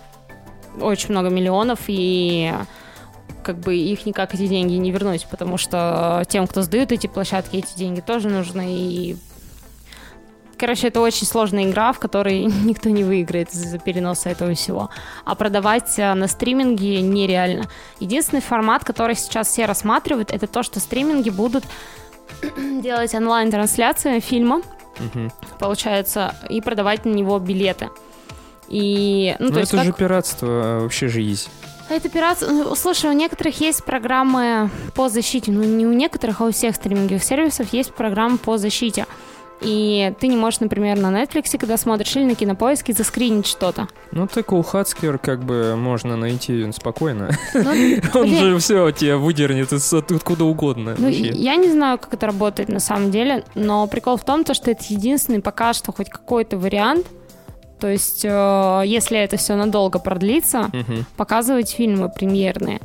[SPEAKER 2] Очень много миллионов, и как бы их никак эти деньги не вернуть, потому что тем, кто сдают эти площадки, эти деньги тоже нужны, и... Короче, это очень сложная игра, в которой никто не выиграет из-за переноса этого всего. А продавать э, на стриминге нереально. Единственный формат, который сейчас все рассматривают, это то, что стриминги будут делать онлайн-трансляции фильма, Ну,
[SPEAKER 1] Мгм.
[SPEAKER 2] получается, и продавать на него билеты. И, ну,
[SPEAKER 1] Ну,
[SPEAKER 2] то есть,
[SPEAKER 1] это
[SPEAKER 2] как-
[SPEAKER 1] же пиратство а, вообще же есть.
[SPEAKER 2] это пиратство. Ну, Слушай, у некоторых есть программы по защите. Ну, не у некоторых, а у всех стриминговых сервисов есть программы по защите. И ты не можешь, например, на Netflix, когда смотришь, или на кинопоиске заскринить что-то.
[SPEAKER 1] Ну так у Хацкер как бы можно найти спокойно.
[SPEAKER 2] Ну,
[SPEAKER 1] Он
[SPEAKER 2] блин.
[SPEAKER 1] же все тебя выдернет из от- откуда угодно.
[SPEAKER 2] Ну,
[SPEAKER 1] вообще.
[SPEAKER 2] я не знаю, как это работает на самом деле, но прикол в том, то, что это единственный пока что хоть какой-то вариант. То есть, э, если это все надолго продлится,
[SPEAKER 1] Мгм.
[SPEAKER 2] показывать фильмы премьерные.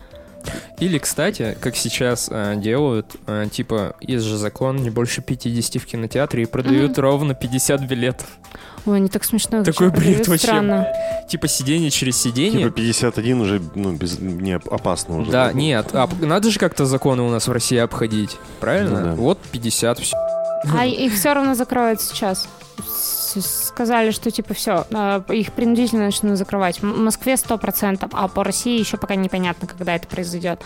[SPEAKER 1] Или, кстати, как сейчас э, делают, э, типа, есть же закон, не больше 50 в кинотеатре, и продают ровно 50 билетов.
[SPEAKER 2] Ой, они так смешно звучат,
[SPEAKER 1] Такой бред
[SPEAKER 2] продают
[SPEAKER 1] вообще.
[SPEAKER 2] Странно.
[SPEAKER 1] Типа сиденье через
[SPEAKER 3] Типа
[SPEAKER 1] сиденье.
[SPEAKER 3] 51 уже ну, без, не опасно уже.
[SPEAKER 1] Да,
[SPEAKER 3] Ну,
[SPEAKER 1] нет, а п- надо же как-то законы у нас в России обходить, правильно?
[SPEAKER 3] Ну да.
[SPEAKER 1] Вот 50 все. Ну.
[SPEAKER 2] А их все равно закроют сейчас. С- Сказали, что типа все, их принудительно начнут закрывать. М- В Москве 100%, а по России еще пока непонятно, когда это произойдет.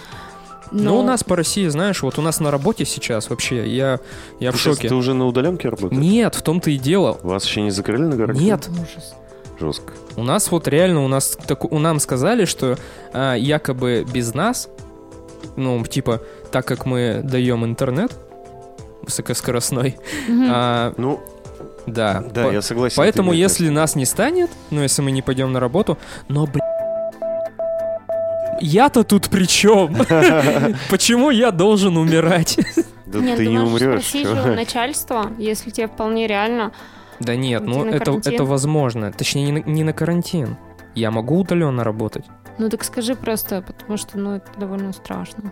[SPEAKER 1] Ну,
[SPEAKER 2] Но-
[SPEAKER 1] у нас по России, знаешь, вот у нас на работе сейчас вообще, я, я в
[SPEAKER 3] Сейчас
[SPEAKER 1] шоке.
[SPEAKER 3] Ты уже на удаленке работаешь?
[SPEAKER 1] Нет, в том-то и дело.
[SPEAKER 3] Вас еще не закрыли на горах?
[SPEAKER 1] Нет,
[SPEAKER 2] Ужас.
[SPEAKER 3] Жестко.
[SPEAKER 1] у нас вот реально, у нас так, у нам сказали, что а, якобы без нас, ну, типа, так как мы даем интернет высокоскоростной,
[SPEAKER 2] Мгм.
[SPEAKER 1] а,
[SPEAKER 3] Ну,
[SPEAKER 1] да,
[SPEAKER 3] да,
[SPEAKER 1] А, по-
[SPEAKER 3] я согласен.
[SPEAKER 1] поэтому
[SPEAKER 3] ты мне
[SPEAKER 1] если нас не станет, ну, если мы не пойдем на работу, но, блин, я-то тут при чем? Почему я должен умирать?
[SPEAKER 3] кажется. Да
[SPEAKER 2] Нет,
[SPEAKER 3] ты не
[SPEAKER 2] можешь
[SPEAKER 3] умрешь.
[SPEAKER 2] спросить у начальства, если тебе вполне реально.
[SPEAKER 1] Да нет,
[SPEAKER 2] Уйти
[SPEAKER 1] ну
[SPEAKER 2] на
[SPEAKER 1] это,
[SPEAKER 2] карантин?
[SPEAKER 1] это возможно. Точнее, не на, не на карантин. Я могу удаленно работать.
[SPEAKER 2] Ну так скажи просто, потому что ну это довольно страшно.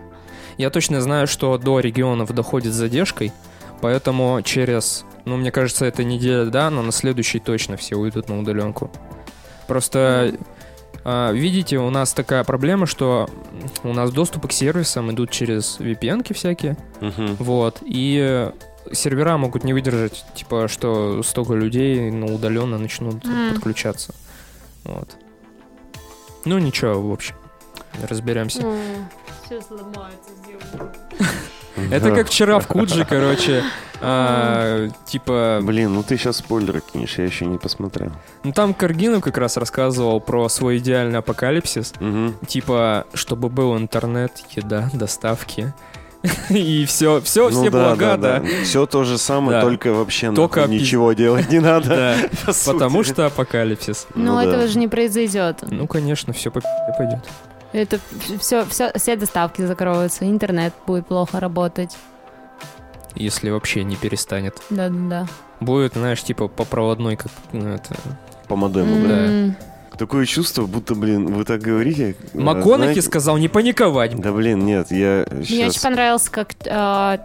[SPEAKER 1] Я точно знаю, что до регионов доходит с задержкой, поэтому через, ну, мне кажется, это неделя, да, но на следующий точно все уйдут на удаленку. Просто, а, видите, у нас такая проблема, что у нас доступы к сервисам идут через VPN всякие,
[SPEAKER 3] Мгм.
[SPEAKER 1] вот, и сервера могут не выдержать, типа, что столько людей, ну, удаленно начнут
[SPEAKER 2] М.
[SPEAKER 1] подключаться. Вот. Ну, ничего, в общем, разберемся.
[SPEAKER 2] Все Ну, сломается,
[SPEAKER 1] Это как вчера в Кудже, короче, а, типа,
[SPEAKER 3] Блин, ну ты сейчас спойлеры кинешь, я еще не посмотрел.
[SPEAKER 1] ну там Каргинов как раз рассказывал про свой идеальный апокалипсис,
[SPEAKER 3] Мгм.
[SPEAKER 1] типа, чтобы был интернет, еда, доставки и все, все,
[SPEAKER 3] Ну
[SPEAKER 1] все блага, да.
[SPEAKER 3] Все то же самое,
[SPEAKER 1] Да.
[SPEAKER 3] только вообще
[SPEAKER 1] Только
[SPEAKER 3] нахуй
[SPEAKER 1] пиз-
[SPEAKER 3] ничего делать не надо.
[SPEAKER 1] Да,
[SPEAKER 3] по сути.
[SPEAKER 1] потому что апокалипсис.
[SPEAKER 2] Но
[SPEAKER 3] Ну да.
[SPEAKER 2] этого же не произойдет.
[SPEAKER 1] Ну, конечно, все по пи***е пойдет.
[SPEAKER 2] Это все, все, все доставки закроются, интернет будет плохо работать.
[SPEAKER 1] Если вообще не перестанет.
[SPEAKER 2] Да-да-да.
[SPEAKER 1] Будет, знаешь, типа по проводной, как ну, это.
[SPEAKER 3] По модему, да.
[SPEAKER 2] М.
[SPEAKER 3] Такое чувство, будто, блин, вы так говорите. а,
[SPEAKER 1] МакКонахи
[SPEAKER 3] знаете-
[SPEAKER 1] сказал не паниковать.
[SPEAKER 3] Да блин, нет, я
[SPEAKER 2] Мне очень
[SPEAKER 3] сейчас...
[SPEAKER 2] понравился, как э,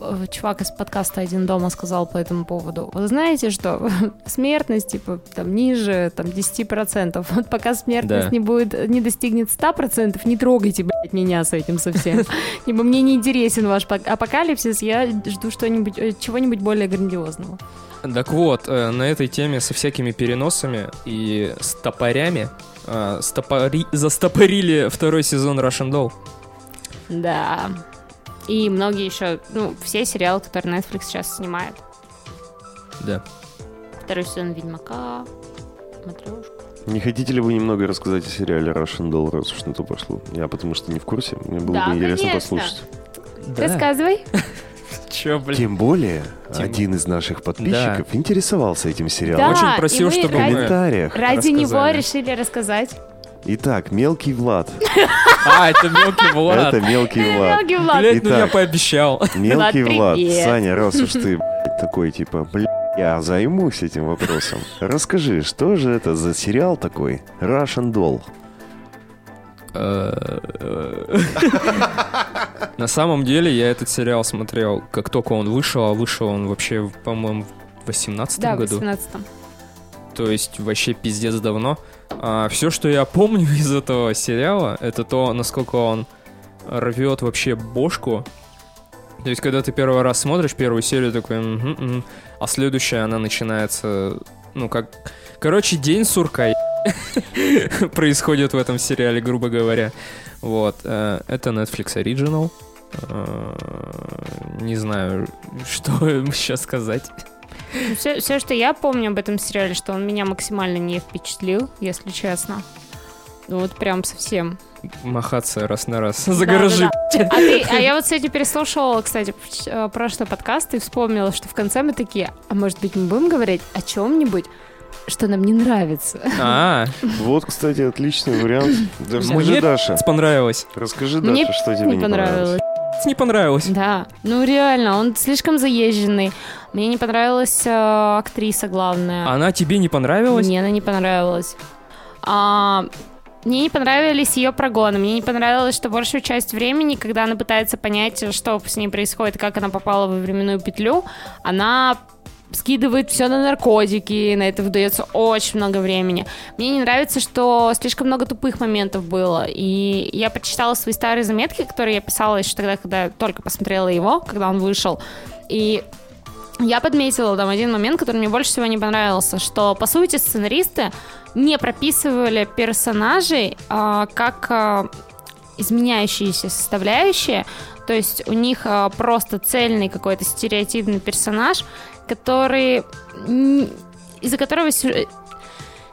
[SPEAKER 2] э, чувак из подкаста «Один дома» сказал по этому поводу. Вы знаете, что смертность, типа, там, ниже, там, 10%. Вот пока смертность
[SPEAKER 1] Да.
[SPEAKER 2] не будет, не достигнет 100%, не трогайте, блядь, меня с этим совсем. Ибо мне не интересен ваш пак- апокалипсис, я жду что-нибудь, э, чего-нибудь более грандиозного.
[SPEAKER 1] Так вот, э, на этой теме со всякими переносами и с топорями э, стопори- застопорили второй сезон Russian Doll.
[SPEAKER 2] Да. И многие еще, ну, все сериалы, которые Netflix сейчас снимает.
[SPEAKER 1] Да.
[SPEAKER 2] Второй сезон «Ведьмака», «Матрешка».
[SPEAKER 3] Не хотите ли вы немного рассказать о сериале Russian Doll, раз уж на то пошло? Я потому что не в курсе, мне было
[SPEAKER 2] Да,
[SPEAKER 3] бы интересно
[SPEAKER 2] конечно.
[SPEAKER 3] послушать.
[SPEAKER 2] Рассказывай.
[SPEAKER 1] Чё, блин?
[SPEAKER 3] Тем более,
[SPEAKER 1] Тем-
[SPEAKER 3] один из наших подписчиков интересовался этим
[SPEAKER 2] Да,
[SPEAKER 3] сериалом.
[SPEAKER 1] Очень
[SPEAKER 2] и
[SPEAKER 1] просил,
[SPEAKER 2] мы
[SPEAKER 1] чтобы
[SPEAKER 3] В
[SPEAKER 2] ради-
[SPEAKER 1] мы...
[SPEAKER 3] комментариях.
[SPEAKER 2] Ради него
[SPEAKER 1] Рассказали.
[SPEAKER 2] решили рассказать.
[SPEAKER 3] Итак, мелкий Влад.
[SPEAKER 1] А, это мелкий Влад.
[SPEAKER 3] Это мелкий Влад.
[SPEAKER 2] Ноги, Влад.
[SPEAKER 1] Блять, ну я
[SPEAKER 3] Итак.
[SPEAKER 1] пообещал.
[SPEAKER 3] Мелкий
[SPEAKER 2] Влад,
[SPEAKER 3] Влад.
[SPEAKER 2] привет.
[SPEAKER 3] Саня, раз уж ты блядь, такой типа, «Бля, я займусь этим вопросом. Расскажи, что же это за сериал такой? Russian Doll.
[SPEAKER 1] Э, э. На самом деле я этот сериал смотрел, как только он вышел, а вышел он вообще, по-моему, в 18
[SPEAKER 2] Да, в
[SPEAKER 1] году.
[SPEAKER 2] 18
[SPEAKER 1] То есть вообще пиздец давно. все, что я помню из этого сериала, это то, насколько он рвет вообще бошку. То есть, когда ты первый раз смотришь первую серию, такой, «Мгм, мгм». а следующая, она начинается, ну, как... Короче, день сурка е- происходит в этом сериале, грубо говоря. Вот. э, Это Netflix Original. Э, Не знаю, что сейчас сказать.
[SPEAKER 2] Все, все, Ну, что я помню об этом сериале, что он меня максимально не впечатлил, если честно. Ну Вот прям совсем.
[SPEAKER 1] махаться раз на раз за
[SPEAKER 2] Да,
[SPEAKER 1] гаражи.
[SPEAKER 2] да, да. А, ты- а я вот сегодня переслушивала, кстати, пч- э, прошлый подкаст и вспомнила, что в конце мы такие, а может быть мы будем говорить о чем-нибудь, что нам не нравится.
[SPEAKER 1] А,
[SPEAKER 3] Вот, кстати, отличный вариант. Да расскажи,
[SPEAKER 1] Мне-
[SPEAKER 3] Даша.
[SPEAKER 1] понравилось.
[SPEAKER 3] Расскажи,
[SPEAKER 2] Мне
[SPEAKER 3] Даша, что тебе
[SPEAKER 2] Не
[SPEAKER 3] не понравилось.
[SPEAKER 2] понравилось.
[SPEAKER 1] Не понравилось.
[SPEAKER 2] Да, ну реально, он слишком заезженный. Мне не понравилась э, актриса главная.
[SPEAKER 1] А Она тебе не понравилась?
[SPEAKER 2] Мне она не понравилась. А, мне не понравились ее прогоны. Мне не понравилось, что большую часть времени, когда она пытается понять, что с ней происходит, как она попала во временную петлю, она скидывает все на наркотики, на это выдается очень много времени. Мне не нравится, что слишком много тупых моментов было, и я прочитала свои старые заметки, которые я писала еще тогда, когда я только посмотрела его, когда он вышел, и я подметила там один момент, который мне больше всего не понравился, что, по сути, сценаристы не прописывали персонажей а, как а, изменяющиеся составляющие, то есть у них а, просто цельный какой-то стереотипный персонаж, который н- из-за которого сю-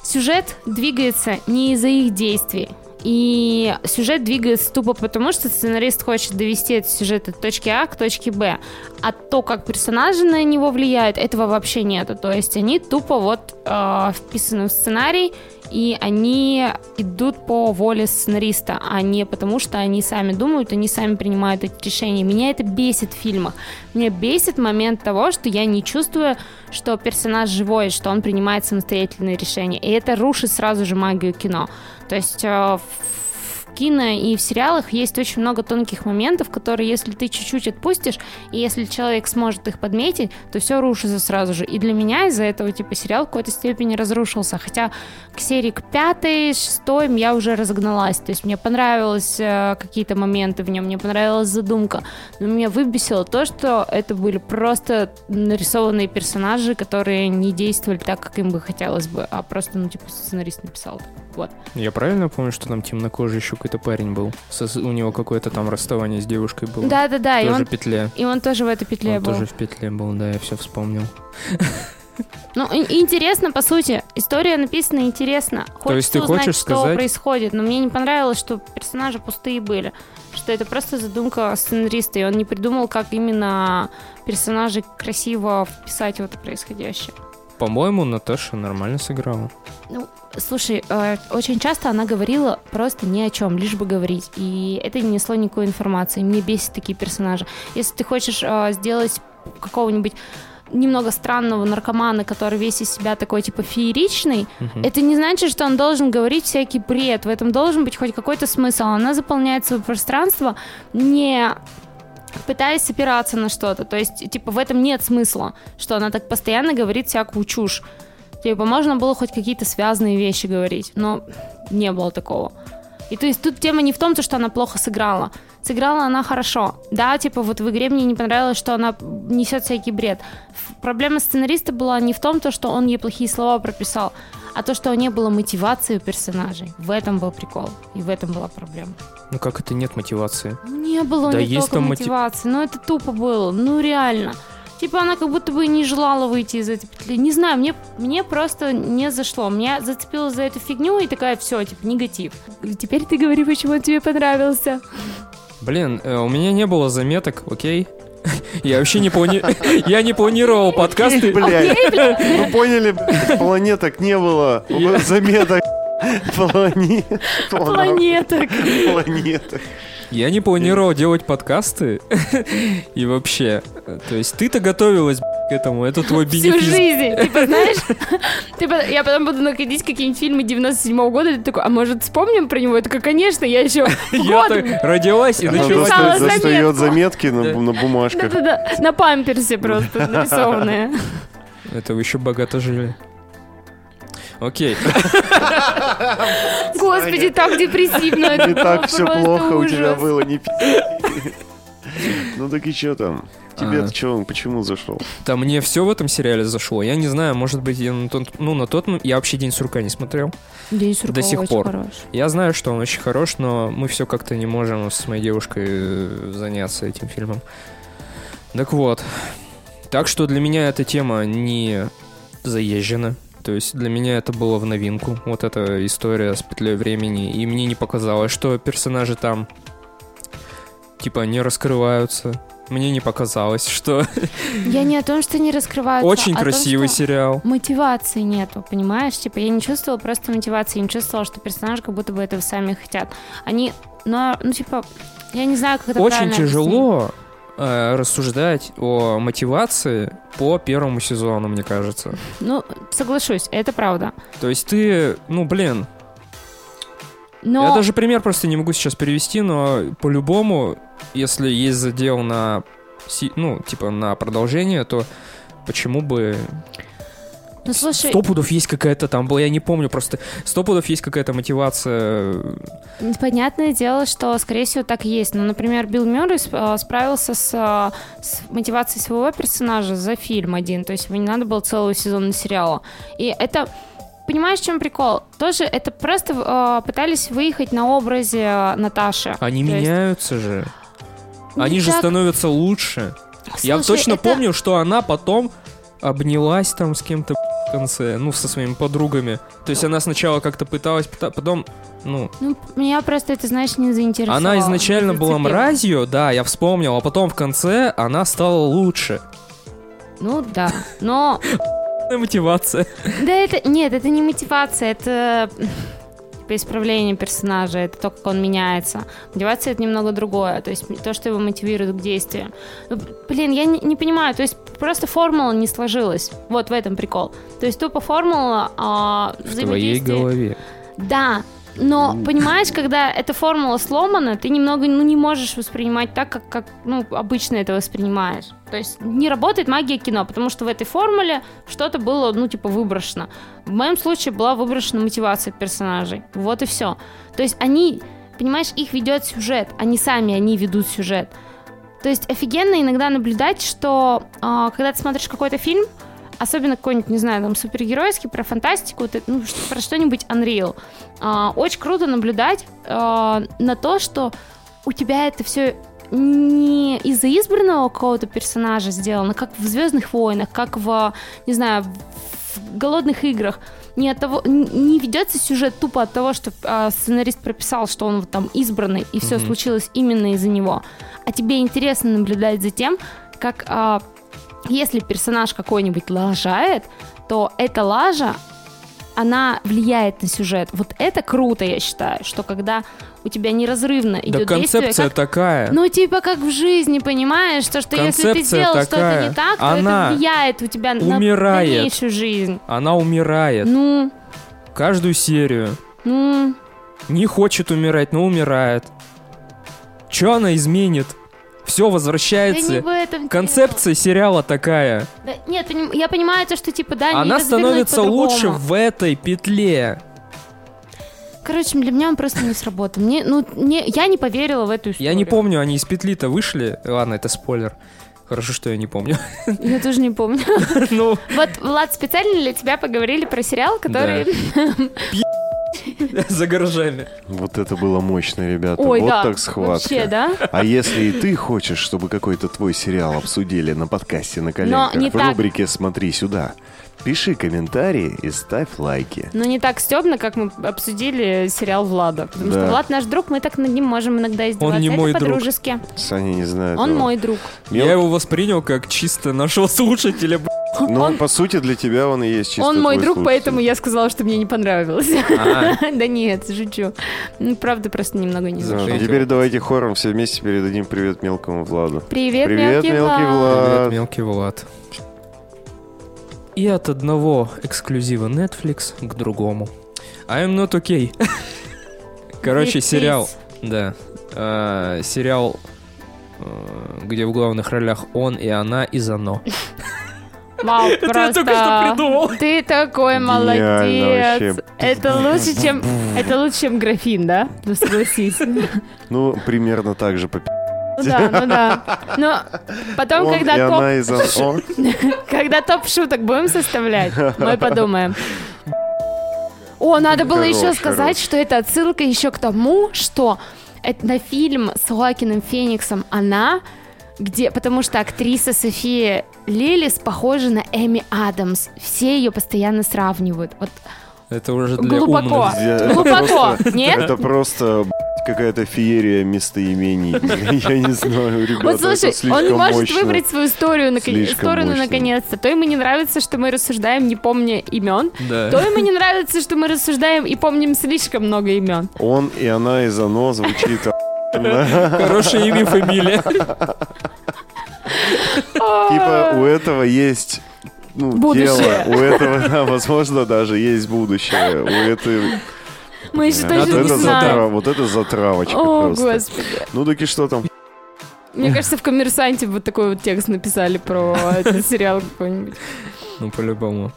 [SPEAKER 2] сюжет двигается не из-за их действий. И сюжет двигается тупо потому, что сценарист хочет довести этот сюжет от точки А к точке Б. А то, как персонажи на него влияют, этого вообще нету. То есть они тупо вот э, вписаны в сценарий, и они идут по воле сценариста, а не потому, что они сами думают, они сами принимают эти решения. Меня это бесит в фильмах. Меня бесит момент того, что я не чувствую, что персонаж живой, что он принимает самостоятельные решения. И это рушит сразу же магию кино. То есть э, в кино и в сериалах есть очень много тонких моментов, которые, если ты чуть-чуть отпустишь, и если человек сможет их подметить, то все рушится сразу же. И для меня из-за этого типа сериал в какой-то степени разрушился. Хотя к серии к пятой, шестой я уже разогналась. То есть мне понравились э, какие-то моменты в нем, мне понравилась задумка. Но меня выбесило то, что это были просто нарисованные персонажи, которые не действовали так, как им бы хотелось бы, а просто, ну, типа, сценарист написал. Вот.
[SPEAKER 1] Я правильно помню, что там темнокожий еще какой-то парень был? Со- у него какое-то там расставание с девушкой было.
[SPEAKER 2] Да-да-да, и
[SPEAKER 1] Тоже
[SPEAKER 2] он,
[SPEAKER 1] петля.
[SPEAKER 2] и он тоже в этой петле
[SPEAKER 1] Он
[SPEAKER 2] был.
[SPEAKER 1] тоже в петле был, да, я все вспомнил.
[SPEAKER 2] Ну, и- и интересно, по сути, история написана интересно. Хочется
[SPEAKER 1] есть ты
[SPEAKER 2] узнать,
[SPEAKER 1] хочешь
[SPEAKER 2] что
[SPEAKER 1] сказать-
[SPEAKER 2] происходит, но мне не понравилось, что персонажи пустые были, что это просто задумка сценариста, и он не придумал, как именно персонажей красиво вписать в это происходящее.
[SPEAKER 1] По-моему, Наташа нормально сыграла.
[SPEAKER 2] Слушай, э, очень часто она говорила просто ни о чем, лишь бы говорить. И это не несло никакой информации. Мне бесит такие персонажи. Если ты хочешь э, сделать какого-нибудь немного странного наркомана, который весь из себя такой типа фееричный,
[SPEAKER 1] Мгм.
[SPEAKER 2] это не значит, что он должен говорить всякий бред. В этом должен быть хоть какой-то смысл. Она заполняет свое пространство, не пытаясь опираться на что-то. То есть, типа, в этом нет смысла, что она так постоянно говорит всякую чушь. Типа, можно было хоть какие-то связанные вещи говорить, но не было такого. И то есть тут тема не в том, то, что она плохо сыграла. Сыграла она хорошо. Да, типа вот в игре мне не понравилось, что она несет всякий бред. Ф- Проблема сценариста была не в том, то, что он ей плохие слова прописал, а то, что не было мотивации у персонажей. В этом был прикол. И в этом была проблема.
[SPEAKER 1] Ну как это нет мотивации?
[SPEAKER 2] Ну, Не было
[SPEAKER 1] Да
[SPEAKER 2] у нее
[SPEAKER 1] есть
[SPEAKER 2] только
[SPEAKER 1] там мотив-
[SPEAKER 2] мотивации. Ну, это тупо было. Ну, реально. Типа она как будто бы и не желала выйти из этой петли. Не знаю, мне, мне просто не зашло. Меня зацепило за эту фигню и такая, все, типа, негатив. Теперь ты говори, почему он тебе понравился.
[SPEAKER 1] Блин, э, у меня не было заметок, окей? Я вообще не пони... Я не планировал подкасты.
[SPEAKER 3] Блядь, вы поняли, блядь, планеток не было,
[SPEAKER 1] Я-
[SPEAKER 3] заметок. Плани- плана-
[SPEAKER 2] Планеток.
[SPEAKER 3] Планеток.
[SPEAKER 1] Я не планировал делать подкасты. И вообще. э, То есть ты-то готовилась б***ь, к этому. Это твой
[SPEAKER 2] Всю
[SPEAKER 1] бенефис.
[SPEAKER 2] жизнь. Типа, знаешь, типа, я потом буду находить какие-нибудь фильмы 97-го года, и ты такой, а может, вспомним про него? Я такая, конечно, я еще
[SPEAKER 1] Я
[SPEAKER 2] год
[SPEAKER 1] так родилась и
[SPEAKER 2] Ну, чё?
[SPEAKER 3] Она
[SPEAKER 1] началась.
[SPEAKER 2] Написала
[SPEAKER 3] достает- достает
[SPEAKER 2] заметку.
[SPEAKER 3] заметки на
[SPEAKER 1] Да.
[SPEAKER 3] на бумажках.
[SPEAKER 2] Да-да-да, на памперсе просто нарисованные.
[SPEAKER 1] Это вы еще богато жили. Окей.
[SPEAKER 2] Господи, так депрессивно. это
[SPEAKER 3] И
[SPEAKER 2] было
[SPEAKER 3] так все
[SPEAKER 2] просто
[SPEAKER 3] плохо у тебя
[SPEAKER 2] ужас.
[SPEAKER 3] было, не пи***. Ну так и чё там? Тебе-то
[SPEAKER 1] А.
[SPEAKER 3] чё, он почему зашел?
[SPEAKER 1] Да мне все в этом сериале зашло. Я не знаю, может быть, я на тот, ну, на тот... м- Я вообще «День сурка» не смотрел.
[SPEAKER 2] День
[SPEAKER 1] Суркова До сих очень пор. Я знаю, что он очень хорош, но мы все как-то не можем с моей девушкой э, заняться этим фильмом. Так вот. Так что для меня эта тема не заезжена. То есть для меня это было в новинку. Вот эта история с петлей времени. И мне не показалось, что персонажи там типа не раскрываются. Мне не показалось, что
[SPEAKER 2] Я не о том, что не раскрываются.
[SPEAKER 1] очень
[SPEAKER 2] а о том,
[SPEAKER 1] красивый
[SPEAKER 2] что
[SPEAKER 1] сериал.
[SPEAKER 2] Мотивации нету, понимаешь? Типа я не чувствовала просто мотивации, я не чувствовала, что персонажи как будто бы этого сами хотят. Они, ну, а, ну типа, я не знаю, как это
[SPEAKER 1] Очень
[SPEAKER 2] правильно
[SPEAKER 1] тяжело э, рассуждать о мотивации по первому сезону, мне кажется.
[SPEAKER 2] объяснить. Ну, соглашусь, это правда.
[SPEAKER 1] То есть ты, ну блин,
[SPEAKER 2] Но
[SPEAKER 1] Я даже пример просто не могу сейчас перевести, но по-любому, если есть задел на, си- ну, типа на продолжение, то почему бы...
[SPEAKER 2] ну, слушай,
[SPEAKER 1] Сто пудов есть какая-то там была, я не помню, просто сто пудов есть какая-то мотивация.
[SPEAKER 2] Понятное дело, что, скорее всего, так и есть. Но, например, Билл Мюррей сп- э, справился с, э, с мотивацией своего персонажа за фильм один. То есть ему не надо было целый сезон на сериала. И это... Понимаешь, в чем прикол? Тоже это просто э, пытались выехать на образе э, Наташи.
[SPEAKER 1] Они
[SPEAKER 2] То есть-
[SPEAKER 1] меняются же.
[SPEAKER 2] Не
[SPEAKER 1] Они же
[SPEAKER 2] так-
[SPEAKER 1] становятся лучше. я
[SPEAKER 2] Слушай,
[SPEAKER 1] точно
[SPEAKER 2] это-
[SPEAKER 1] помню, что она потом обнялась там с кем-то в конце, ну, со своими подругами. То есть она сначала как-то пыталась, пыта- потом, ну,
[SPEAKER 2] Ну, меня просто это, знаешь, не заинтересовало.
[SPEAKER 1] Она изначально
[SPEAKER 2] не
[SPEAKER 1] была
[SPEAKER 2] зацепило.
[SPEAKER 1] мразью, да, я вспомнил, а потом в конце она стала лучше.
[SPEAKER 2] Ну, да. Но...
[SPEAKER 1] Мотивация.
[SPEAKER 2] Да это... Нет, это не мотивация, это типа, исправление персонажа, это то, как он меняется. Мотивация — это немного другое, то есть то, что его мотивирует к действию. Ну, Блин, я не, не понимаю, то есть просто формула не сложилась, вот в этом прикол. То есть тупо формула а, взаимодействия- Да, но,
[SPEAKER 3] Ну.
[SPEAKER 2] понимаешь, когда эта формула сломана, ты немного ну, не можешь воспринимать так, как, как ну, обычно это воспринимаешь. То есть не работает магия кино, потому что в этой формуле что-то было, ну, типа, выброшено. В моем случае была выброшена мотивация персонажей. Вот и все. То есть они, понимаешь, их ведет сюжет, они сами, они ведут сюжет. То есть офигенно иногда наблюдать, что а, когда ты смотришь какой-то фильм, особенно какой-нибудь, не знаю, там, супергеройский, про фантастику, вот это, ну, ш- про что-нибудь Unreal, а, очень круто наблюдать а, на то, что у тебя это все не из-за избранного какого-то персонажа сделано, как в Звездных войнах, как в, не знаю, в голодных играх. Не, от того, н- не ведется сюжет тупо от того, что а, сценарист прописал, что он вот там избранный, и все
[SPEAKER 1] Мгм.
[SPEAKER 2] случилось именно из-за него. А тебе интересно наблюдать за тем, как а, если персонаж какой-нибудь лажает, то эта лажа, она влияет на сюжет. Вот это круто, я считаю, что когда у тебя неразрывно
[SPEAKER 1] Да
[SPEAKER 2] идет
[SPEAKER 1] концепция
[SPEAKER 2] действие, как-
[SPEAKER 1] такая.
[SPEAKER 2] ну типа как в жизни, понимаешь, то что если ты
[SPEAKER 1] Концепция
[SPEAKER 2] сделал что-то
[SPEAKER 1] такая.
[SPEAKER 2] не так, то
[SPEAKER 1] Она
[SPEAKER 2] это влияет у тебя на
[SPEAKER 1] умирает.
[SPEAKER 2] дальнейшую жизнь.
[SPEAKER 1] Она умирает
[SPEAKER 2] Ну,
[SPEAKER 1] каждую серию.
[SPEAKER 2] ну,
[SPEAKER 1] Не хочет умирать, но умирает. Че она изменит? Все
[SPEAKER 2] да не
[SPEAKER 1] возвращается.
[SPEAKER 2] в этом дело.
[SPEAKER 1] Концепция сериала такая.
[SPEAKER 2] Да, нет, поним- я понимаю то, что типа да, не
[SPEAKER 1] она
[SPEAKER 2] развернуть
[SPEAKER 1] становится
[SPEAKER 2] по-другому.
[SPEAKER 1] лучше в этой петле.
[SPEAKER 2] Короче, для меня он просто не сработал. Мне, ну, не, я не поверила в эту историю.
[SPEAKER 1] Я не помню, они из петли-то вышли. Ладно, это спойлер. Хорошо, что я не помню.
[SPEAKER 2] Я тоже не помню.
[SPEAKER 1] Ну,
[SPEAKER 2] Вот, Влад, специально для тебя поговорили про сериал, который...
[SPEAKER 1] за гаражами.
[SPEAKER 3] Вот это было мощно, ребята.
[SPEAKER 2] Ой,
[SPEAKER 3] вот
[SPEAKER 2] да.
[SPEAKER 3] так схватка.
[SPEAKER 2] Вообще, да?
[SPEAKER 3] А если и ты хочешь, чтобы какой-то твой сериал обсудили на подкасте на коленках
[SPEAKER 2] не
[SPEAKER 3] в
[SPEAKER 2] так.
[SPEAKER 3] рубрике «Смотри сюда», пиши комментарии и ставь лайки.
[SPEAKER 2] Но Ну, не так стебно, как мы обсудили сериал Влада. Потому
[SPEAKER 3] Да.
[SPEAKER 2] что Влад наш друг, мы так над ним можем иногда издеваться.
[SPEAKER 1] Он не
[SPEAKER 2] Это
[SPEAKER 1] мой друг.
[SPEAKER 2] по-дружески.
[SPEAKER 3] Саня не знает.
[SPEAKER 2] Он
[SPEAKER 3] его.
[SPEAKER 2] мой друг.
[SPEAKER 3] Мел-
[SPEAKER 1] Я его воспринял как чисто нашего слушателя. б***ь.
[SPEAKER 3] Ну,
[SPEAKER 2] он-
[SPEAKER 3] по сути, для тебя он и есть чисто
[SPEAKER 2] Он мой
[SPEAKER 3] твой
[SPEAKER 2] друг,
[SPEAKER 3] слушатель.
[SPEAKER 2] поэтому я сказала, что мне не понравилось.
[SPEAKER 1] А,
[SPEAKER 2] Да нет, шучу. Ну, правда, просто немного не
[SPEAKER 1] За-
[SPEAKER 2] знаю.
[SPEAKER 3] Да,
[SPEAKER 1] Слушайте,
[SPEAKER 3] Теперь
[SPEAKER 1] вот.
[SPEAKER 3] давайте хором все вместе передадим привет мелкому Владу.
[SPEAKER 2] Привет,
[SPEAKER 3] Привет,
[SPEAKER 2] мелкий
[SPEAKER 3] мелкий
[SPEAKER 2] Влад.
[SPEAKER 1] Привет,
[SPEAKER 3] Влад.
[SPEAKER 1] мелкий Влад. И от одного эксклюзива Netflix к другому. I'm not okay. Короче,
[SPEAKER 2] Ведь ты
[SPEAKER 1] сериал.
[SPEAKER 2] из-
[SPEAKER 1] Да. Э, Сериал, э, где в главных ролях он и она из оно.
[SPEAKER 2] Вау,
[SPEAKER 1] Это я
[SPEAKER 2] просто...
[SPEAKER 1] только что придумал.
[SPEAKER 2] Ты такой
[SPEAKER 3] Гениально
[SPEAKER 2] молодец.
[SPEAKER 3] вообще.
[SPEAKER 2] Это лучше, чем... Это лучше, чем графин, да? Ну, согласись.
[SPEAKER 3] Ну, примерно так же по
[SPEAKER 2] Ну да, ну да. Но потом,
[SPEAKER 3] Он
[SPEAKER 2] когда
[SPEAKER 3] и
[SPEAKER 2] топ,
[SPEAKER 3] она из О,
[SPEAKER 2] когда топ шуток будем составлять, мы подумаем. О, надо было
[SPEAKER 3] Хорош,
[SPEAKER 2] еще сказать,
[SPEAKER 3] хорош.
[SPEAKER 2] что это отсылка еще к тому, что это на фильм с Лакиным Фениксом она Где? Потому что актриса София Лилис похожа на Эми Адамс. Все ее постоянно сравнивают. Вот
[SPEAKER 1] Это уже для
[SPEAKER 2] глубоко.
[SPEAKER 1] умных.
[SPEAKER 3] Я-
[SPEAKER 2] Глубоко. Нет?
[SPEAKER 3] Это просто б***ь, какая-то феерия местоимений. Я не знаю, ребята,
[SPEAKER 2] Вот слушай,
[SPEAKER 3] это слишком
[SPEAKER 2] он может
[SPEAKER 3] мощно.
[SPEAKER 2] выбрать свою историю наконец-
[SPEAKER 3] Слишком
[SPEAKER 2] сторону
[SPEAKER 3] мощно.
[SPEAKER 2] наконец-то. То ему не нравится, что мы рассуждаем, не помня имен.
[SPEAKER 1] Да.
[SPEAKER 2] То ему не нравится, что мы рассуждаем и помним слишком много имен.
[SPEAKER 3] Он и она, и оно звучит А,
[SPEAKER 1] Хорошее имя и фамилия.
[SPEAKER 3] Типа у этого есть ну,
[SPEAKER 2] Будущее.
[SPEAKER 3] тело, у этого, да, возможно, даже есть будущее. У этой... э,
[SPEAKER 2] Мы еще
[SPEAKER 1] даже это
[SPEAKER 2] точно
[SPEAKER 3] вот,
[SPEAKER 2] Ну, не
[SPEAKER 3] это
[SPEAKER 2] знаем.
[SPEAKER 3] затра- вот это затравочка
[SPEAKER 2] О,
[SPEAKER 3] просто.
[SPEAKER 2] господи.
[SPEAKER 3] Ну таки что там?
[SPEAKER 2] Мне кажется, в «Коммерсанте» вот такой вот текст написали про этот сериал какой-нибудь.
[SPEAKER 1] Ну, по-любому.